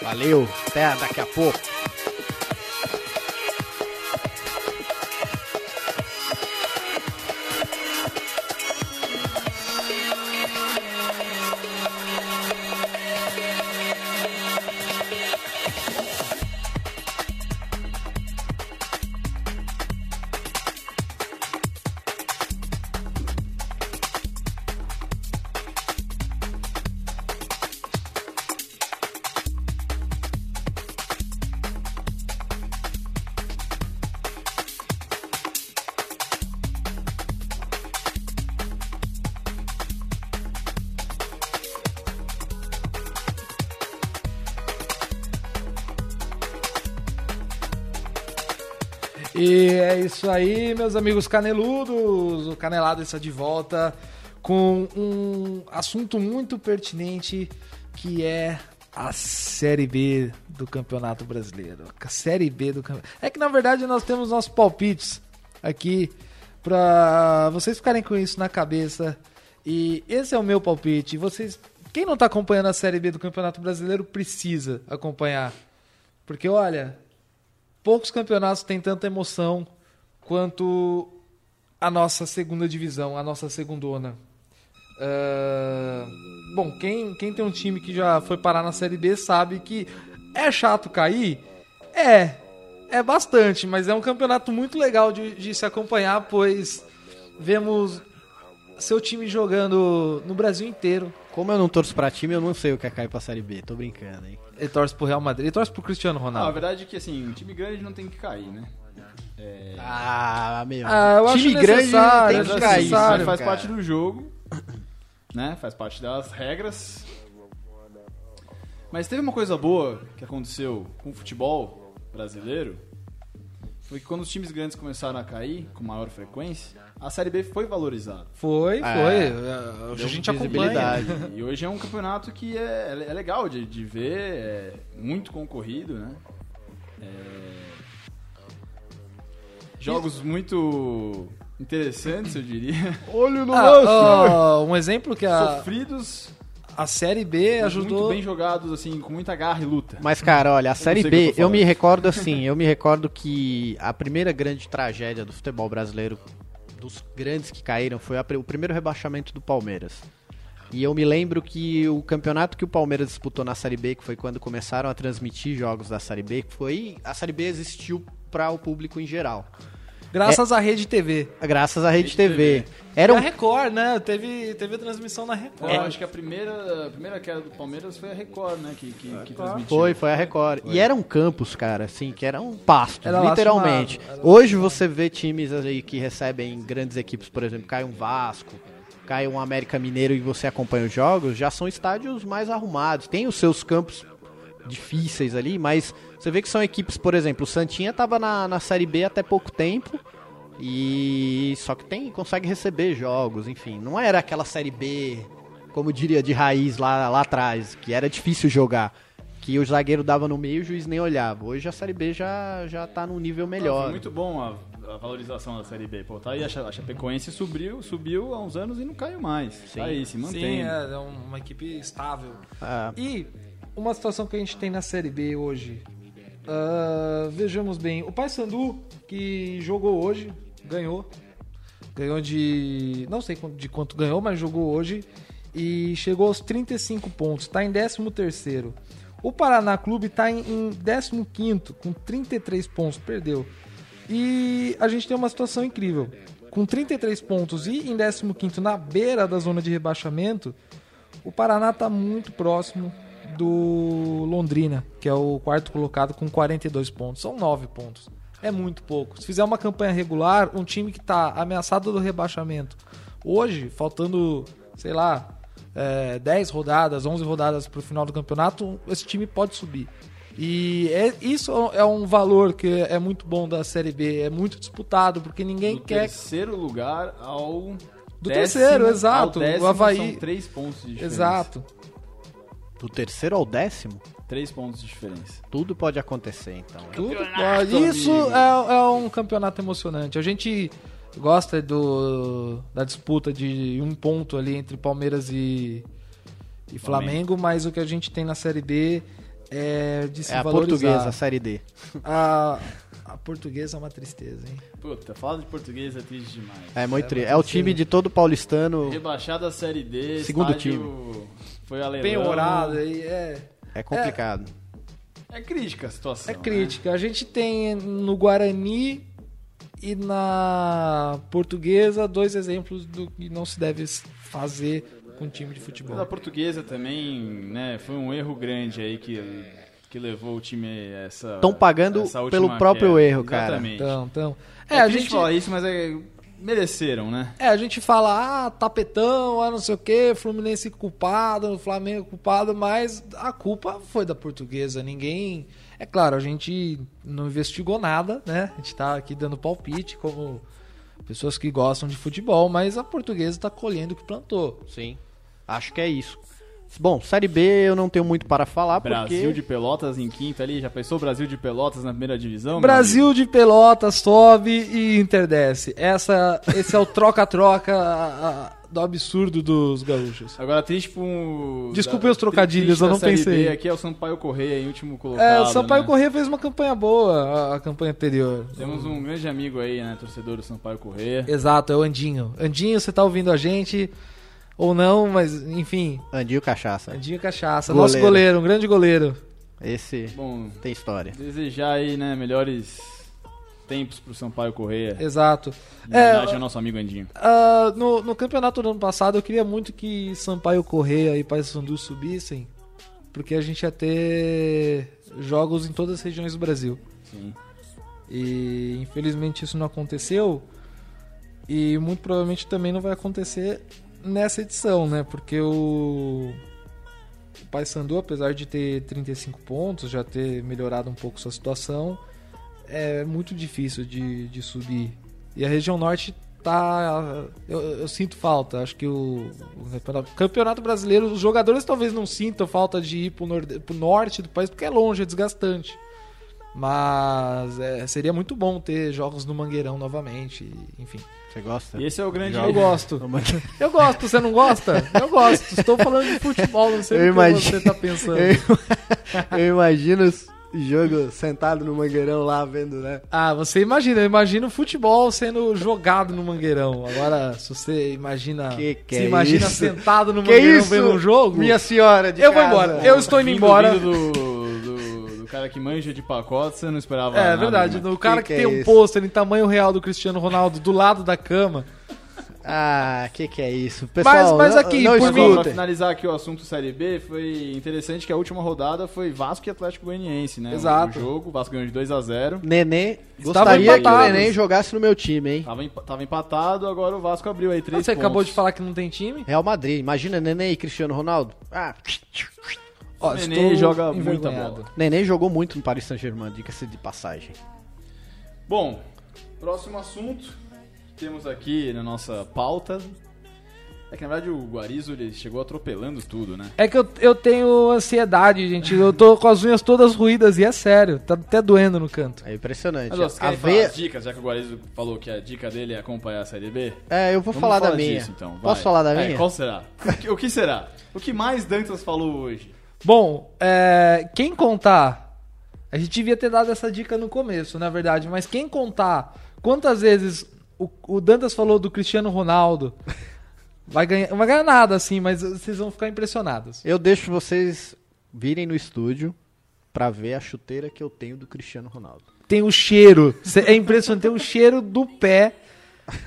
S1: Valeu, até daqui a pouco.
S3: E é isso aí, meus amigos caneludos. O Canelado está de volta com um assunto muito pertinente que é a Série B do Campeonato Brasileiro. A Série B do Campeonato. É que na verdade nós temos nossos palpites aqui para vocês ficarem com isso na cabeça. E esse é o meu palpite. Vocês, quem não está acompanhando a Série B do Campeonato Brasileiro precisa acompanhar. Porque olha, poucos campeonatos têm tanta emoção quanto a nossa segunda divisão, a nossa segundona. Ah, bom, quem, quem tem um time que já foi parar na Série B sabe que é chato cair? É, é bastante, mas é um campeonato muito legal de, de se acompanhar, pois vemos seu time jogando no Brasil inteiro.
S1: Como eu não torço pra time, eu não sei o que é cair pra Série B. Tô brincando, hein?
S3: Ele torce pro Real Madrid, ele torce pro Cristiano
S2: Não, a
S3: Ronaldo.
S2: verdade é que assim, um time grande não tem que cair, né?
S1: Ah, meu.
S3: É. Ah, eu acho
S1: time grande
S3: necessário,
S1: tem
S2: Mas,
S1: que
S2: assim,
S1: cair.
S2: isso
S3: necessário,
S1: né,
S2: faz
S1: cara?
S2: parte do jogo, né? Faz parte das regras. Mas teve uma coisa boa que aconteceu com o futebol brasileiro, foi que quando os times grandes começaram a cair com maior frequência, a Série B foi valorizada.
S3: Ah, Foi, foi.
S1: É,
S3: Ah, Hoje a
S1: deu
S3: gente acompanha.
S1: visibilidade.
S2: E hoje é um campeonato que é, é legal de, de ver, é muito concorrido, né? É, Jogos muito interessantes, eu diria.
S1: *laughs*
S2: Olho no
S3: Ah, ó, um exemplo que
S1: Ah.
S3: a,
S2: Sofridos,
S3: a Série B
S2: mas muito
S3: ajudou.
S2: bem jogados, assim, com muita garra e luta.
S1: Mas, cara, olha, a Série
S2: sei o que eu
S1: B,
S2: tô
S1: eu, me
S2: falando.
S1: recordo assim, eu me recordo que a primeira grande tragédia do futebol brasileiro, dos grandes que caíram, foi a pri- o primeiro rebaixamento do Palmeiras. E eu me lembro que o campeonato que o Palmeiras disputou na Série B, que foi quando começaram a transmitir jogos da Série B, que foi a Série B existiu para o público em geral,
S2: É.
S3: Graças à Rede TV.
S1: graças à Rede TV.
S3: Era
S1: Era
S3: a
S1: um
S3: Record, né? Teve, teve a transmissão na Record.
S2: Eu acho que a primeira, a primeira queda do Palmeiras foi a Record, né? Que, que, que transmitiu.
S1: Foi, foi a Record. E era um campus, cara, assim, que era um pasto,
S3: Era
S1: literalmente.
S3: lastimado, era
S1: Hoje você vê times aí que recebem grandes equipes, por exemplo, cai um Vasco, cai um América Mineiro e você acompanha os jogos, já são estádios mais arrumados. Tem os seus campos difíceis ali, mas você vê que são equipes, por exemplo, o Santinha tava na, na Série B até pouco tempo. E só que tem consegue receber jogos, enfim, não era aquela série B, como diria, de raiz lá, lá atrás, que era difícil jogar, que o zagueiro dava no meio e o juiz nem olhava. Hoje a série B já já tá num nível
S2: Não,
S1: melhor.
S2: Ah, foi muito bom a, a valorização da Série B. Pô, tá aí a, Cha- a Chapecoense subiu, subiu há uns anos e não caiu mais. Tá aí, se mantém.
S3: Sim, é, é uma equipe estável.
S1: Ah,
S3: E uma situação que a gente tem na Série B hoje. Ah, vejamos bem. O Paysandu, que jogou hoje, ganhou. Ganhou de. Não sei quan- de quanto ganhou, mas jogou hoje. E chegou aos 35 pontos. Está em 13. O Paraná Clube está em, em 15, com 33 pontos. Perdeu. E a gente tem uma situação incrível. Com 33 pontos e em 15 na beira da zona de rebaixamento, o Paraná está muito próximo do Londrina, que é o quarto colocado com 42 pontos. São 9 pontos. É muito pouco. Se fizer uma campanha regular, um time que está ameaçado do rebaixamento, hoje, faltando, sei lá, é, 10 rodadas, 11 rodadas para o final do campeonato, esse time pode subir. E é- isso é um valor que é muito bom da Série B. É muito disputado, porque ninguém
S2: Do
S3: quer
S2: terceiro lugar ao.
S3: Do terceiro,
S2: ao
S3: exato. O
S2: décimo
S3: Avaí-
S2: São três pontos de diferença.
S3: Exato.
S1: do terceiro ao décimo,
S2: Três pontos de diferença.
S1: tudo pode acontecer, então.
S3: Tudo pode. Isso
S2: amigo.
S3: é, é um campeonato emocionante. A gente gosta do, da disputa de um ponto ali entre Palmeiras e, e Flamengo, mas o que a gente tem na Série B é de se
S1: É a
S3: valorizar.
S1: portuguesa, a série D.
S3: A, a portuguesa é uma tristeza, hein?
S2: Puta, fala de português é triste demais.
S1: É muito tri- é o time de todo paulistano,
S2: Rebaixada a Série D.
S1: Segundo
S2: estádio Foi
S3: É
S2: alemão.
S3: Penhorada aí é.
S1: é complicado.
S2: É crítica a situação.
S3: É crítica. A gente tem no Guarani e na Portuguesa dois exemplos do que não se deve fazer com um time de
S2: Mas a
S3: futebol.
S2: portuguesa também, né, foi um erro grande aí que, que levou o time a essa.
S1: Tão pagando
S2: essa última
S1: pelo próprio
S2: queda.
S1: erro, cara.
S2: Exatamente.
S3: Então, então.
S2: É,
S3: É, a
S2: triste
S3: gente,
S2: falar isso, mas é, mereceram, né?
S3: é, a gente fala, ah, tapetão, ah, não sei o quê, Fluminense culpado, Flamengo culpado, mas a culpa foi da portuguesa. Ninguém. É claro, a gente não investigou nada, né? A gente tá aqui dando palpite como pessoas que gostam de futebol, mas a portuguesa tá colhendo o que plantou.
S1: Sim. Acho que é isso. Bom, série B eu não tenho muito para falar
S2: Brasil
S1: porque
S2: de Pelotas em quinto ali, já pensou o Brasil de Pelotas na primeira divisão? meu
S3: Brasil de Pelotas sobe e Inter desce. Essa, esse é o troca-troca a- a- do absurdo dos gaúchos.
S2: Agora, triste pro. um-
S3: Desculpem
S2: da-
S3: os trocadilhos,
S2: triste
S3: eu
S2: da
S3: não
S2: Série
S3: pensei.
S2: B aqui é o Sampaio Correia, em último colocado.
S3: É, o Sampaio
S2: né?
S3: Corrêa fez uma campanha boa, a, a campanha anterior.
S2: Temos um grande amigo aí, né? Torcedor do Sampaio Correia.
S3: Exato, é o Andinho. Andinho, você tá ouvindo a gente ou não, mas enfim,
S1: Andinho Cachaça.
S3: Andinho é Cachaça,
S1: Goleiro.
S3: nosso goleiro, um grande goleiro.
S1: Esse
S2: Bom,
S1: tem história.
S2: desejar aí, né, melhores tempos pro Sampaio Correia.
S3: Exato.
S2: Em
S3: É,
S2: homenagem ao nosso amigo Andinho. tá?
S3: Ah, no, no campeonato do ano passado, eu queria muito que Sampaio Correia e Paysandu subissem, porque a gente ia ter jogos em todas as regiões do Brasil.
S2: Sim.
S3: E infelizmente isso não aconteceu. E muito provavelmente também não vai acontecer nessa edição, né? Porque o, o Paysandu, apesar de ter 35 pontos, já ter melhorado um pouco sua situação, é muito difícil de, de subir. E a região norte tá. Eu, eu sinto falta. Acho que o, o campeonato, campeonato brasileiro, os jogadores talvez não sintam falta de ir pro, norde, pro norte do país, porque é longe, é desgastante. Mas é, seria muito bom ter jogos no Mangueirão novamente, e, enfim.
S1: Você gosta?
S2: E esse é o grande.
S3: Eu gosto. Eu gosto, você não gosta? Eu gosto. Estou falando de futebol, não sei
S1: Eu
S3: o que
S1: imagino-
S3: você tá pensando.
S1: *laughs* Eu, eu imagino
S6: Jogo sentado no mangueirão lá, vendo, né?
S3: Ah, você imagina, eu imagino futebol sendo jogado no mangueirão. Agora, se você imagina.
S6: Que que
S3: se
S6: é
S3: imagina
S6: isso?
S3: sentado no mangueirão vendo um jogo.
S6: Minha senhora de
S3: eu vou
S6: casa.
S3: embora. Eu estou indo
S2: Vindo-
S3: embora.
S2: vindo do, do, do cara que manja de pacote, você não esperava
S3: É
S2: nada,
S3: verdade,
S2: né?
S3: o cara que,
S6: Ah, Que que
S3: tem
S6: é
S3: um
S6: isso?
S3: pôster em tamanho real do Cristiano Ronaldo do lado da cama.
S6: Ah, que que é isso? Pessoal,
S3: mas
S6: não-
S3: aqui,
S6: não
S3: por
S2: Mas, ó, pra
S6: escutem.
S2: finalizar aqui o assunto Série B, foi interessante que a última rodada foi Vasco e Atlético Goianiense, né?
S3: Exato.
S2: O jogo, o Vasco ganhou de 2x0.
S1: Nenê,
S3: Estavam
S1: gostaria que o
S3: empatados.
S1: Nenê jogasse no meu time, hein?
S2: Tava, emp- tava empatado, agora o Vasco abriu aí três
S3: Você
S2: pontos.
S3: acabou de falar que não tem time?
S1: Real Madrid, imagina Nenê e Cristiano Ronaldo. Ah,
S3: Ó,
S2: Nenê
S3: estou
S2: joga
S3: envergonhado.
S2: muita bola.
S1: Nenê jogou muito no Paris Saint-Germain, diga-se de passagem.
S2: Bom, próximo assunto que temos aqui na nossa pauta é que, na verdade, o Guarizo ele chegou atropelando tudo, né?
S3: É que eu, eu tenho ansiedade, gente. Eu tô com as unhas todas ruídas e é sério. Tá até doendo no canto.
S1: É impressionante.
S2: Mas ó, você
S1: a
S2: quer falar
S1: veia...
S2: as dicas, já que o Guarizo falou que a dica dele é acompanhar a Série B?
S1: É, eu vou
S2: Vamos
S1: falar, da minha.
S2: disso, então, vai.
S1: Posso falar da
S2: É,
S1: minha?
S2: Qual será? O que, o que será? O que mais Dantas falou hoje?
S3: Bom, é, quem contar. A gente devia ter dado essa dica no começo, na verdade, mas quem contar quantas vezes o, o Dantas falou do Cristiano Ronaldo vai ganhar, não vai ganhar nada assim, mas vocês vão ficar impressionados.
S1: Eu deixo vocês virem no estúdio pra ver a chuteira que eu tenho do Cristiano Ronaldo.
S2: *laughs*
S3: Tem o cheiro, cê- é impressionante, tem o cheiro do pé.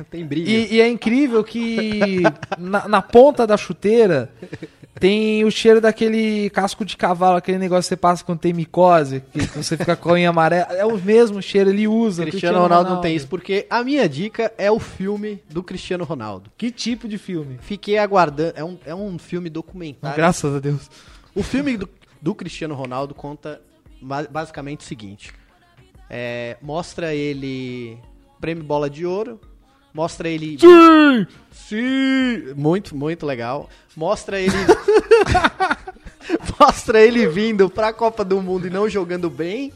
S1: Tem brilho.
S3: E, e é incrível que na, na ponta da chuteira tem o cheiro daquele casco de cavalo, aquele negócio que você passa quando tem micose, que você fica com a unha amarela. É o mesmo cheiro, ele usa. o
S1: Cristiano, Ronaldo, não tem isso, porque a minha dica é o filme do Cristiano Ronaldo.
S3: Que tipo de filme?
S1: Fiquei aguardando. É um, é um filme documentário.
S2: Um
S3: Graças a Deus.
S1: O filme do, do Cristiano Ronaldo conta ba- basicamente o seguinte: É, mostra ele prêmio Bola de Ouro, mostra ele. Sim! Sim! Muito, muito legal. Mostra *laughs* ele. mostra ele vindo pra Copa do Mundo e não jogando bem.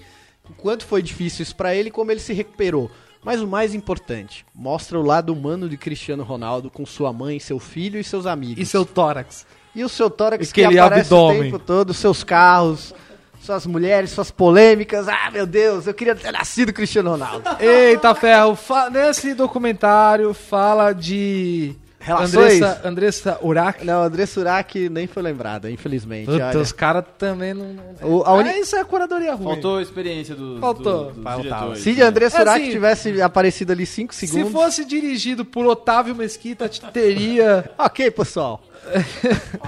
S1: O quanto foi difícil isso pra ele, como ele se recuperou. Mas o mais importante, mostra o lado humano de Cristiano Ronaldo com sua mãe, seu filho e seus amigos.
S3: E seu tórax?
S1: E o seu tórax
S3: Aquele
S1: que aparece
S3: abdômen.
S1: o tempo todo, seus carros, suas mulheres, suas polêmicas. Ah, meu Deus, eu queria ter nascido Cristiano Ronaldo.
S3: Eita ferro, fa- nesse documentário fala de.
S1: Relações?
S3: Andressa, Andressa Urach.
S1: *laughs* Não, André Surak nem foi lembrado, infelizmente.
S3: Puta,
S1: olha.
S3: os caras também não. não-
S1: O- a uni-
S3: Ah, isso é curadoria ruim.
S2: Faltou a experiência do,
S3: Faltou.
S2: do, dos
S1: Faltava.
S2: diretores,
S1: Se
S2: né?
S1: André Surak
S3: assim,
S1: tivesse aparecido ali 5
S3: Se
S1: segundos.
S3: fosse dirigido por Otávio Mesquita, te- teria. *laughs*
S1: Ok, pessoal.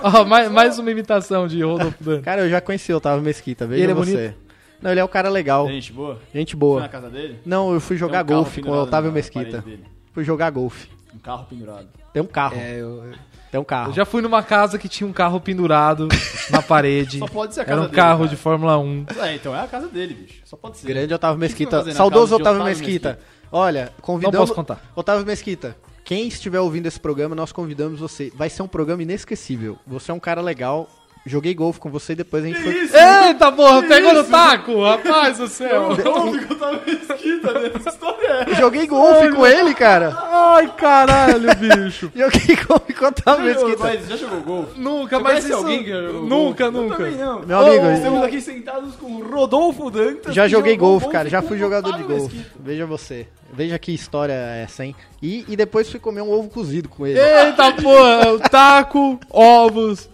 S3: Ó, mais, mais uma imitação de Rodolfo Dano.
S1: Cara, eu já conheci o Otávio Mesquita, veja
S3: ele é
S1: você. Não, ele é um cara legal,
S2: Gente boa?
S1: gente
S2: Foi na
S1: boa.
S2: casa dele?
S1: Não, eu fui jogar
S2: Tem um carro
S1: golfe com o
S2: pendurado
S1: Otávio
S2: na
S1: Mesquita.
S2: parede dele.
S1: Fui jogar golfe.
S2: Um carro pendurado.
S1: Tem um carro,
S3: É, eu,
S1: tem um carro.
S3: eu já fui numa casa que tinha um carro pendurado na parede.
S2: Só pode ser a
S3: Era
S2: casa
S3: um
S2: dele,
S3: carro
S2: cara.
S3: de Fórmula 1.
S2: É, então é a casa dele, bicho. Só pode ser.
S1: Grande Otávio
S2: que você
S1: Mesquita.
S2: vai fazer na
S1: Saudoso
S2: casa de
S1: Otávio,
S2: Otávio
S1: Mesquita. Olha, convidamos.
S3: posso contar.
S1: Otávio Mesquita, quem estiver ouvindo esse programa, nós convidamos você. Vai ser um programa inesquecível. Você é um cara legal. Joguei golfe com você e depois a gente
S2: *laughs*
S1: foi.
S2: é
S3: Eita porra, pegou no taco, rapaz do céu.
S2: Como que É o Otávio Mesquita nessa história é?
S1: Joguei golfe com ele, cara.
S3: Ai, caralho, bicho.
S1: Joguei golfe com o Otávio
S2: Mas,
S1: Mesquita.
S2: já jogou golfe?
S3: Nunca, mas
S2: Conhece
S3: isso...
S2: alguém que já jogou golfe?
S3: nunca,
S2: é Eu
S3: nunca.
S2: também né? não.
S1: Meu amigo,
S2: Ô,
S1: eu-
S2: Estamos aqui sentados com o Rodolfo Dantas.
S1: Já
S2: que
S1: joguei
S2: jogou
S1: golfe, cara. Já
S2: com
S1: fui
S2: o
S1: jogador de
S2: Otávio
S1: golfe.
S2: Mesquita.
S1: Veja você. Veja que história é essa, hein? E, e depois fui comer um ovo cozido com ele.
S3: Eita porra, o taco, ovos.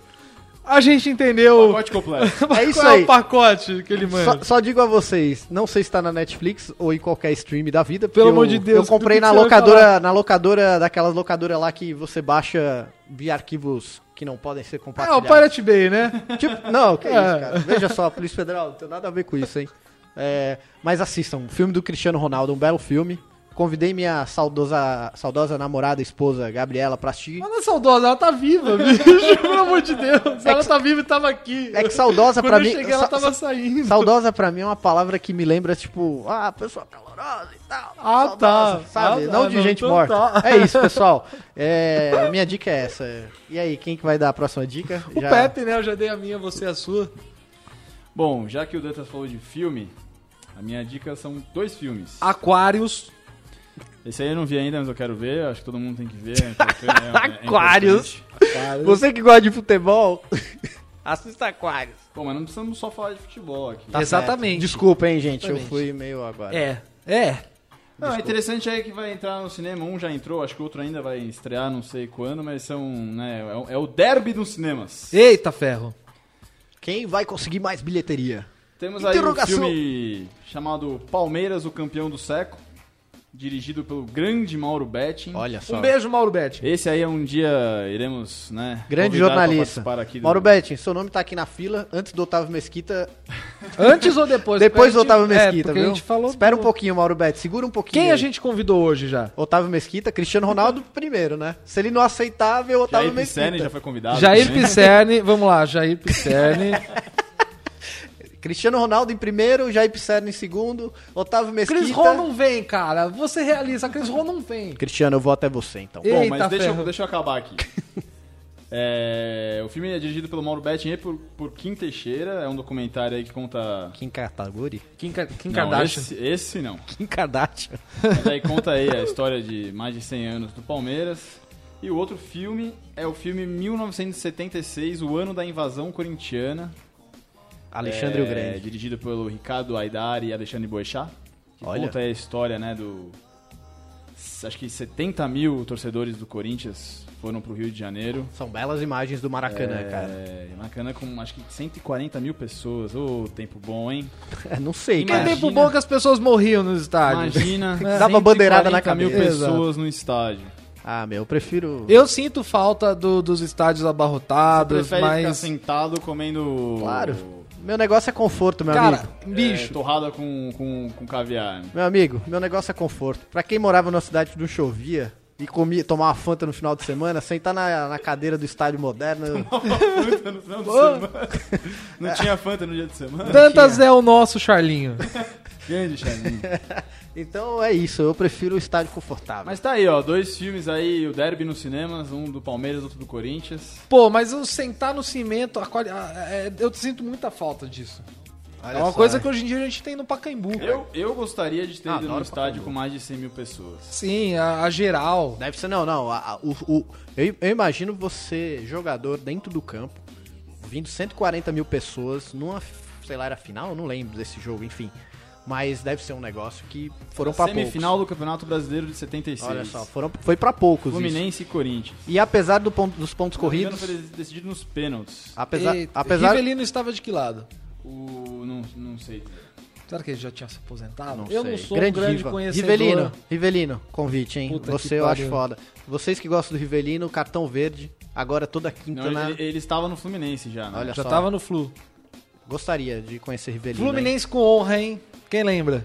S3: A gente entendeu
S2: Pacote completo. *laughs*
S1: É isso
S3: qual é
S1: aí.
S3: o pacote que ele manda.
S1: Só, só digo a vocês, não sei se tá na Netflix ou em qualquer stream da vida. porque
S3: Pelo
S1: eu-
S3: amor de Deus,
S1: Eu comprei
S3: do que
S1: na
S3: você vai
S1: locadora, na locadora, daquelas locadoras lá que você baixa via arquivos que não podem ser
S3: Ah, o
S1: compartilhados.
S3: Pirate Bay, né?
S1: Tipo, não, que
S3: É.
S1: isso, cara. Veja só, Polícia Federal, não tem nada a ver com isso, hein? É, mas assistam, um filme do Cristiano Ronaldo, um belo filme. Convidei minha saudosa, saudosa namorada, esposa, Gabriela, pra assistir.
S3: Mas não é saudosa, ela tá viva, *laughs* bicho. Pelo amor de Deus. Ela tá viva e tava aqui.
S1: É que saudosa
S3: *laughs* Quando
S1: pra
S3: eu
S1: mim.
S3: cheguei, ela
S1: sa-
S3: tava saindo.
S1: Saudosa pra mim é uma palavra que me lembra, tipo, ah, pessoa calorosa e tal.
S3: Ah,
S1: saudosa,
S3: tá.
S1: Sabe?
S3: Ah,
S1: não
S3: tá,
S1: de
S3: não,
S1: gente
S3: então
S1: morta.
S3: tá.
S1: É isso, pessoal. É, minha dica é essa. E aí, quem que vai dar a próxima dica?
S3: O Pepe, né? Eu já dei a minha, você a sua.
S2: Bom, já que o Dantas falou de filme, a minha dica são dois filmes.
S3: Aquários.
S2: Esse aí eu não vi ainda, mas eu quero ver. Acho que todo *laughs* mundo tem que ver. é bacana, é- é
S1: Aquários.
S2: importante.
S1: Você que gosta de futebol, *laughs* Assista Aquários.
S2: Bom, mas não precisamos só falar de futebol aqui.
S1: Tá
S3: Exatamente.
S1: certo. Desculpa, hein, gente.
S3: Exatamente.
S1: Eu fui meio agora.
S3: É, é.
S2: Não, é interessante é que vai entrar no cinema, um já entrou, acho que o outro ainda vai estrear, não sei quando, mas são, né, é o- é o derby dos cinemas.
S3: Eita ferro.
S1: Quem vai conseguir mais bilheteria?
S2: Temos aí um
S1: Interrogação.
S2: filme chamado Palmeiras, o campeão do século, dirigido pelo grande Mauro Betting.
S1: Olha só.
S3: Um beijo,
S1: *laughs*
S3: Mauro Betti.
S2: Esse aí é um dia iremos, né,
S1: Grande
S2: convidar pra
S1: jornalista.
S2: participar aqui do-
S1: Mauro Betting, seu nome tá aqui na fila antes do Otávio Mesquita.
S3: Antes ou depois?
S1: Depois do
S3: Porque a gente-
S1: Otávio Mesquita,
S3: é, porque
S1: viu?
S3: a gente falou...
S1: Espera um pouquinho, Mauro Betting. Segura um pouquinho.
S3: Quem
S1: aí.
S3: a gente convidou hoje já?
S1: Otávio Mesquita, Cristiano Ronaldo primeiro, né? Se ele não aceitava, eu Otávio
S2: Jair Pisani
S1: Mesquita.
S2: já foi convidado.
S3: Jair
S2: também.
S3: Pisserni, vamos lá,
S1: *laughs*
S3: Jair Pisserni.
S1: Cristiano Ronaldo em primeiro, Jair Pisano em segundo, Otávio Mesquita.
S3: Cris Ron não vem, cara. Você realiza, Cris Ron não vem.
S1: Cristiano, eu vou até você então.
S3: E-
S2: Bom,
S3: Eita
S2: mas deixa
S3: ferro.
S2: eu, deixa eu acabar
S1: *laughs*
S2: aqui. É, o filme é dirigido pelo Mauro Betting e por, por Kim Teixeira, é um documentário aí que conta...
S1: Kim Kataguri?
S3: Kim, Ka- Kim
S2: Não,
S3: Kardashian.
S2: esse- esse não.
S1: *laughs* Kim Kardashian.
S2: Mas aí conta aí a história de mais de 100 anos do Palmeiras. E o outro filme é o filme 1976, O Ano da Invasão Corintiana.
S1: Alexandre
S2: é,
S1: o Grande.
S2: Dirigido pelo Ricardo Aidar e Alexandre Boechat. Que
S1: Olha.
S2: conta a história, né, do... Acho que 70 mil torcedores do Corinthians foram pro Rio de Janeiro.
S1: São belas imagens do Maracanã, cara. *laughs*
S2: É, Maracanã com acho que 140 mil pessoas. Ô, tempo bom, hein?
S1: não sei,
S3: Que
S1: cara.
S2: Imagina.
S3: tempo bom que as pessoas morriam nos estádios.
S2: Imagina.
S1: *laughs* Dá uma bandeirada na
S2: 140 mil
S1: cabeça.
S2: pessoas no estádio.
S1: Ah, meu, eu prefiro.
S3: Eu sinto falta do- dos estádios abarrotados,
S2: Prefere ficar
S3: mas.
S2: sentado comendo.
S1: Claro. Meu negócio é conforto, meu
S3: cara,
S1: amigo.
S2: é,
S3: bicho.
S2: torrada com, com, com
S1: *laughs*
S2: caviar.
S1: Meu amigo, meu negócio é conforto. Pra quem morava numa cidade que não chovia e comia, tomar uma fanta no final de semana, sentar na, na cadeira do estádio moderno.
S2: Fanta no final de semana. Não tinha Fanta no dia de semana?
S3: Tantas é o nosso Charlinho.
S2: Grande, Charlinho.
S1: Então é isso, eu prefiro o estádio confortável.
S2: Mas tá aí, ó. Dois filmes aí, o Derby nos cinemas, um do Palmeiras, outro do Corinthians.
S3: Pô, mas eu sentar no cimento, a quali- a- é, eu sinto muita falta disso.
S1: Olha
S3: é uma
S1: só. né?
S3: coisa que hoje em dia a gente tem no Pacaembu.
S2: Eu, eu gostaria de ter
S1: Ah,
S2: ido num
S1: adoro
S2: estádio com mais de 100 mil pessoas.
S3: Sim, a, a geral.
S1: Deve ser, não, não. a- a- o, o- eu, eu imagino você, jogador, dentro do campo, vindo 140 mil pessoas numa, sei lá, era final? Eu Não lembro desse jogo, enfim. Mas deve ser um negócio que foram pra
S2: Semifinal do Campeonato Brasileiro de 76.
S1: poucos. Olha só, foram, foi pra poucos isso.
S2: Fluminense e Corinthians.
S1: E apesar do ponto- dos pontos
S2: O
S1: corridos, Ah.
S2: foi decidido nos pênaltis.
S1: apesar,
S3: Eita,
S1: apesar
S3: Rivelino estava de que lado?
S2: O. Não, não sei. dizer.
S3: Será que ele já tinha se aposentado?
S1: Não
S3: eu
S1: sei.
S3: não sou um grande
S1: diva.
S3: conhecedor.
S1: Rivelino, Rivelino, convite, hein?
S3: Puta que
S1: Você eu
S3: pariu.
S1: acho foda. Vocês que gostam do Rivelino, cartão verde, agora toda quinta né?
S2: Não,
S1: na.
S2: ele, ele estava no Fluminense já. Né?
S1: Então, Olha
S3: Já
S1: só.
S3: tava no Flu.
S1: Gostaria de conhecer Rivelino. hein?
S3: Fluminense com honra, hein? Quem lembra?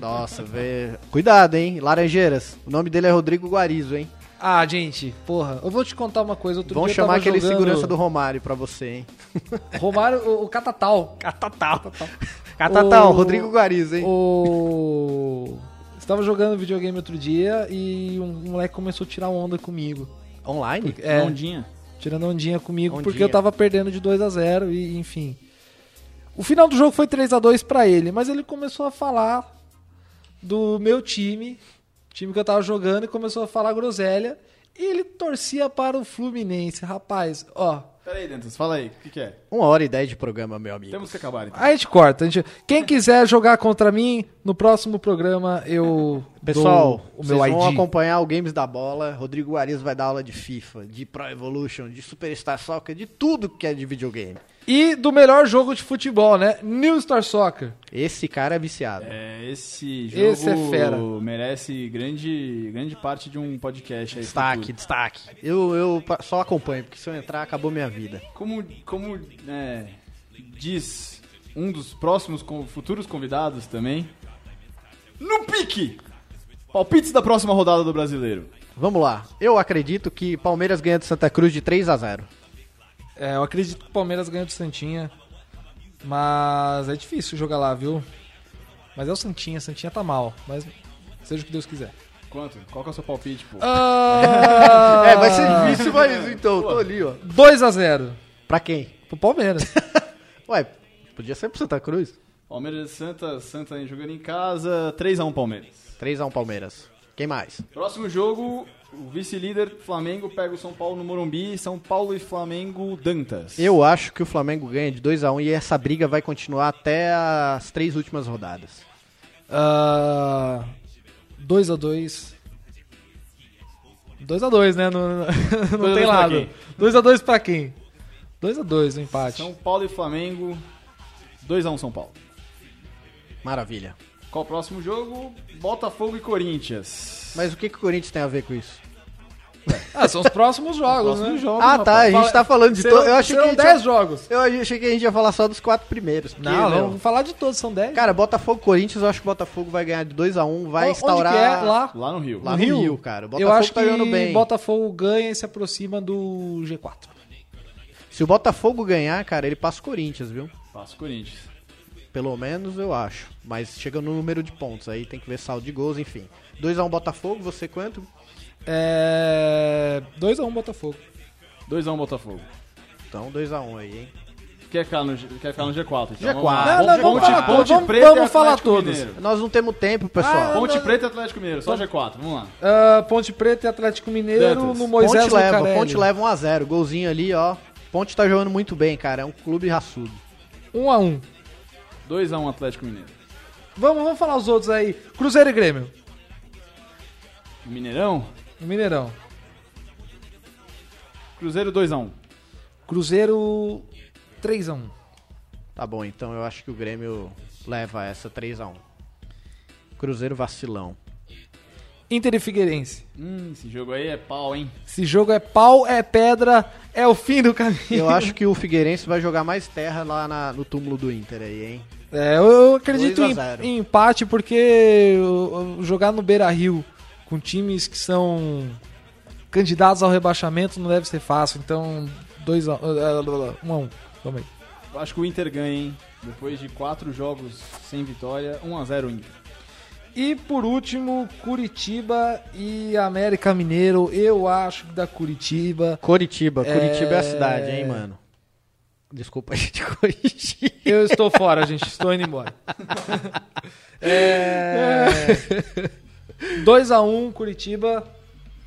S1: Nossa, velho. Cuidado, hein? Laranjeiras. O nome dele é Rodrigo Guarizo, hein?
S3: Ah, gente, porra, eu vou te contar uma coisa. Outro
S1: Vão
S3: dia eu
S1: chamar
S3: tava
S1: aquele
S3: jogando
S1: segurança do Romário pra você, hein?
S3: Romário, o, o Catatal.
S1: Catatal. Catatal,
S3: O-
S1: Rodrigo Guarizo, hein?
S3: O. *laughs* Estava jogando videogame outro dia e um moleque começou a tirar onda comigo.
S1: Online?
S3: É,
S2: Ondinha.
S3: tirando ondinha comigo
S1: Ondinha.
S3: porque eu tava perdendo de 2 a 0 e enfim. O final do jogo foi 3 a 2 pra ele, mas ele começou a falar do meu time, time que eu tava jogando e começou a falar groselha. E ele torcia para o Fluminense, rapaz. Ó,
S1: É.
S2: Pera aí, Dantas, fala aí. O que, que é?
S1: Uma hora e dez de programa, meu amigo.
S2: Temos que acabar então.
S3: Aí a gente corta. A gente... Quem quiser jogar contra mim, no próximo programa eu.
S1: Pessoal,
S3: dou o
S1: vocês
S3: meu ID.
S1: vão acompanhar o Games da Bola. Rodrigo Guarizo vai dar aula de FIFA, de Pro Evolution, de Superstar Soccer, de tudo que é de videogame.
S3: E do melhor jogo de futebol, né? New Star Soccer.
S1: Esse cara é viciado.
S2: É, esse jogo
S3: Esse é fera.
S2: merece grande, grande parte de um podcast aí.
S1: Destaque, destaque. Eu, eu pa- só acompanho, porque se eu entrar, acabou minha vida.
S2: futuro. Como, como é, diz um dos próximos con- futuros convidados também. No pique! Palpites da próxima rodada do brasileiro.
S1: Vamos lá. Eu acredito que Palmeiras ganha de Santa Cruz de 3 a 0
S3: É, eu acredito que o Palmeiras ganha do Santinha. Mas é difícil jogar lá, viu? Mas é o Santinha, Santinha tá mal. Mas seja o que Deus quiser.
S2: Quanto? Qual que é o seu palpite, pô?
S3: Ah, *laughs*
S1: É, vai ser difícil, mas então, tô ali, ó.
S3: 2 a 0
S1: Pra quem?
S3: pro Palmeiras.
S1: Ué, podia ser pro Santa Cruz.
S2: Palmeiras e Santa, Santa jogando em casa, 3x1 Palmeiras.
S1: 3 a 1 Palmeiras. um Quem mais?
S2: Próximo jogo O vice-líder, Flamengo, pega o São Paulo no Morumbi. São Paulo e Flamengo, Dantas.
S1: Eu acho que o Flamengo ganha de 2 a 1 e essa briga vai continuar até as três últimas rodadas.
S3: Ah, 2x2. 2x2, né? Não, *laughs* não
S2: Dois a
S3: tem
S2: dois pra
S3: lado.
S2: quem?
S3: 2x2 pra quem? 2x2 no um empate.
S2: São Paulo e Flamengo, 2x1 São Paulo.
S1: Maravilha.
S2: Qual o próximo jogo? Botafogo e Corinthians.
S1: Mas o que, que o Corinthians tem a ver com isso?
S3: Ah, são os próximos jogos, né?
S2: Próximo jogo,
S1: ah, tá. A
S2: rapaz.
S1: gente tá falando de
S3: Serão,
S1: todos. Eu, achei que a
S3: serão
S1: gente
S3: 10
S1: ia-
S3: jogos.
S1: eu achei que a gente ia falar só dos quatro primeiros. porque,
S3: tá Não,
S1: meu,
S3: vamos falar de todos, são 10.
S1: Cara, Botafogo Corinthians, eu acho que o Botafogo vai ganhar de 2 a 1 vai
S3: Onde
S1: instaurar.
S3: que é? Lá?
S2: Lá no Rio.
S1: Lá no
S3: Rio?
S1: Rio, cara. O
S3: Eu
S1: Botafogo
S3: acho
S1: tá
S3: que
S1: jogando
S3: o
S1: bem.
S3: Botafogo ganha e se aproxima do G4.
S1: Se o Botafogo ganhar, cara, ele passa o Corinthians, viu?
S2: Passa o Corinthians.
S1: Pelo menos eu acho. Mas chega no número de pontos, aí tem que ver saldo de gols, enfim. 2 a 1 Botafogo, você quanto?
S3: É... 2x1 Botafogo.
S2: 2x1 Botafogo.
S1: Então 2 a 1 aí, hein?
S2: Quer ficar no, G- quer ficar no G4? Então,
S1: G4.
S2: Vamos lá.
S1: Não, não, vamos
S2: Ponte,
S1: falar
S2: Ponte
S3: todos, vamos-
S2: Preta
S3: vamos
S2: e
S3: falar
S2: Atlético
S3: todos.
S2: Mineiro.
S1: Nós não temos tempo, pessoal.
S2: Ponte Preta e Atlético Mineiro, só G4, vamos lá.
S3: Ah, Ponte Preta e Atlético Mineiro
S2: Dantas.
S3: no Moisés
S1: Ponte é, leva,
S3: Lucarelli.
S1: Ponte leva 1 a 0, golzinho ali, ó. Ponte tá jogando muito bem, cara, é um clube raçudo.
S3: 1x1.
S2: 2x1 Atlético Mineiro.
S3: Vamos, vamos falar os outros aí. Cruzeiro e Grêmio.
S2: No Mineirão,
S3: No Mineirão.
S2: Cruzeiro 2x1.
S3: Cruzeiro 3x1.
S1: Tá bom, então eu acho que o Grêmio leva essa 3 a 1. Cruzeiro vacilão.
S3: Inter e Figueirense.
S2: Hum, esse jogo aí é pau, hein?
S3: Esse jogo é pau, é pedra, é o fim do caminho.
S1: Eu acho *laughs* que o Figueirense vai jogar mais terra lá na- no túmulo do Inter aí, hein?
S3: *laughs* É, eu- eu acredito
S1: 2 a
S3: em,
S1: 0.
S3: em empate porque o- o- jogar no Beira Rio com times que são candidatos ao rebaixamento não deve ser fácil. Então, 2x1. 1x1. Vamos um. aí.
S2: Eu Acho que o Inter ganha, hein? Depois de 4 jogos sem vitória, 1x0 Inter.
S3: E por último, Curitiba e América Mineiro. Eu acho que da Curitiba.
S1: Coritiba,
S3: É.
S1: Curitiba é, a cidade, hein, mano? Desculpa *laughs* aí de Coritiba.
S3: Eu estou fora, gente. Estou indo embora. *laughs* É... *laughs* 2x1 Curitiba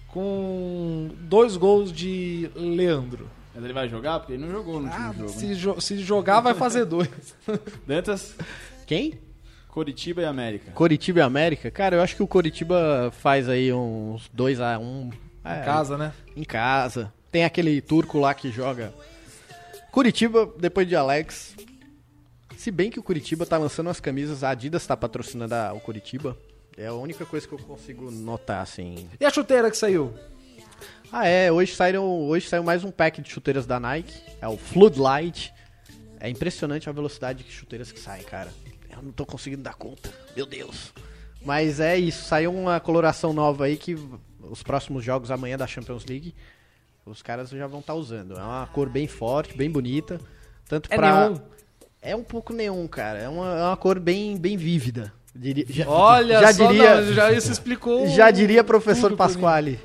S3: com dois gols de Leandro.
S2: Mas ele vai jogar? Porque ele não jogou no último jogo. né?
S3: Se, jo- se jogar, vai fazer *laughs* dois.
S2: Dantas,
S1: Quem?
S2: Coritiba e América.
S1: Coritiba e América? Cara, eu acho que o Coritiba faz aí uns 2 a 1 É.
S3: Em casa, né?
S1: em casa. Tem aquele turco lá que joga. Curitiba, depois de Alex. Se bem que o Curitiba tá lançando as camisas, a Adidas tá patrocinando a- o Curitiba. É a única coisa que eu consigo notar, assim.
S3: E a chuteira que saiu?
S1: Ah, é. Hoje, saíram, hoje saiu mais um pack de chuteiras da Nike. É o Floodlight. É impressionante a velocidade de chuteiras que saem, cara. Eu não tô conseguindo dar conta. Meu Deus. Mas é isso. Saiu uma coloração nova aí que os próximos jogos amanhã da Champions League, os caras já vão estar usando. É uma cor bem forte, bem bonita. Tanto
S3: É
S1: pra...
S3: neon?
S1: É um pouco neon, cara. É uma, é uma cor bem, bem vívida. Diria- já-
S3: Olha
S1: já
S3: só,
S1: diria,
S3: não, já isso explicou.
S1: já diria professor
S3: tudo pra mim.
S1: Pasquale.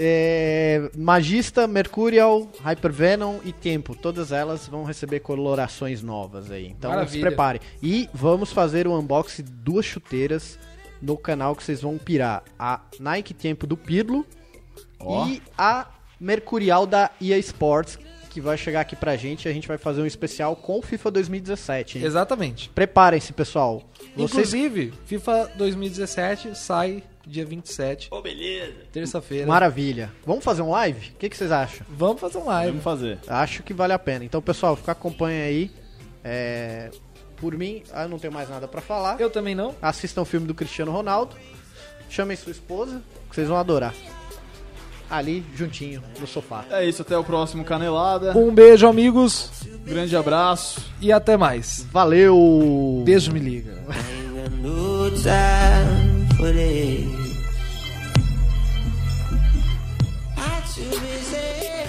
S1: É, Magista, Mercurial, Hypervenom e Tempo. Todas elas vão receber colorações novas aí. Então se
S3: Maravilha.
S1: prepare. E vamos fazer o unboxing de duas chuteiras no canal que vocês vão pirar. A Nike Tempo do Pirlo
S2: Ó.
S1: e a Mercurial da EA Sports, que vai chegar aqui pra gente. A gente vai fazer um especial com FIFA 2017. hein?
S3: Exatamente.
S1: Preparem-se, pessoal. Vocês
S3: Inclusive, FIFA 2017 sai dia 27. Oh, beleza. Terça-feira.
S1: Maravilha. Vamos fazer um live? O que, que vocês acham?
S3: Vamos fazer um live.
S2: Vamos fazer.
S1: Acho que vale a pena. Então, pessoal, fica acompanha aí. É, Por mim, eu não tenho mais nada pra falar.
S3: Eu também não.
S1: Assistam o filme do Cristiano Ronaldo. Chamem sua esposa, que vocês vão adorar. Ali, juntinho, no sofá.
S2: É isso, até o próximo Canelada.
S3: Um beijo, amigos,
S2: Grande abraço.
S3: e até mais.
S1: Valeu!
S3: Beijo, me liga.
S5: Ain't got no time for this. I'm too busy.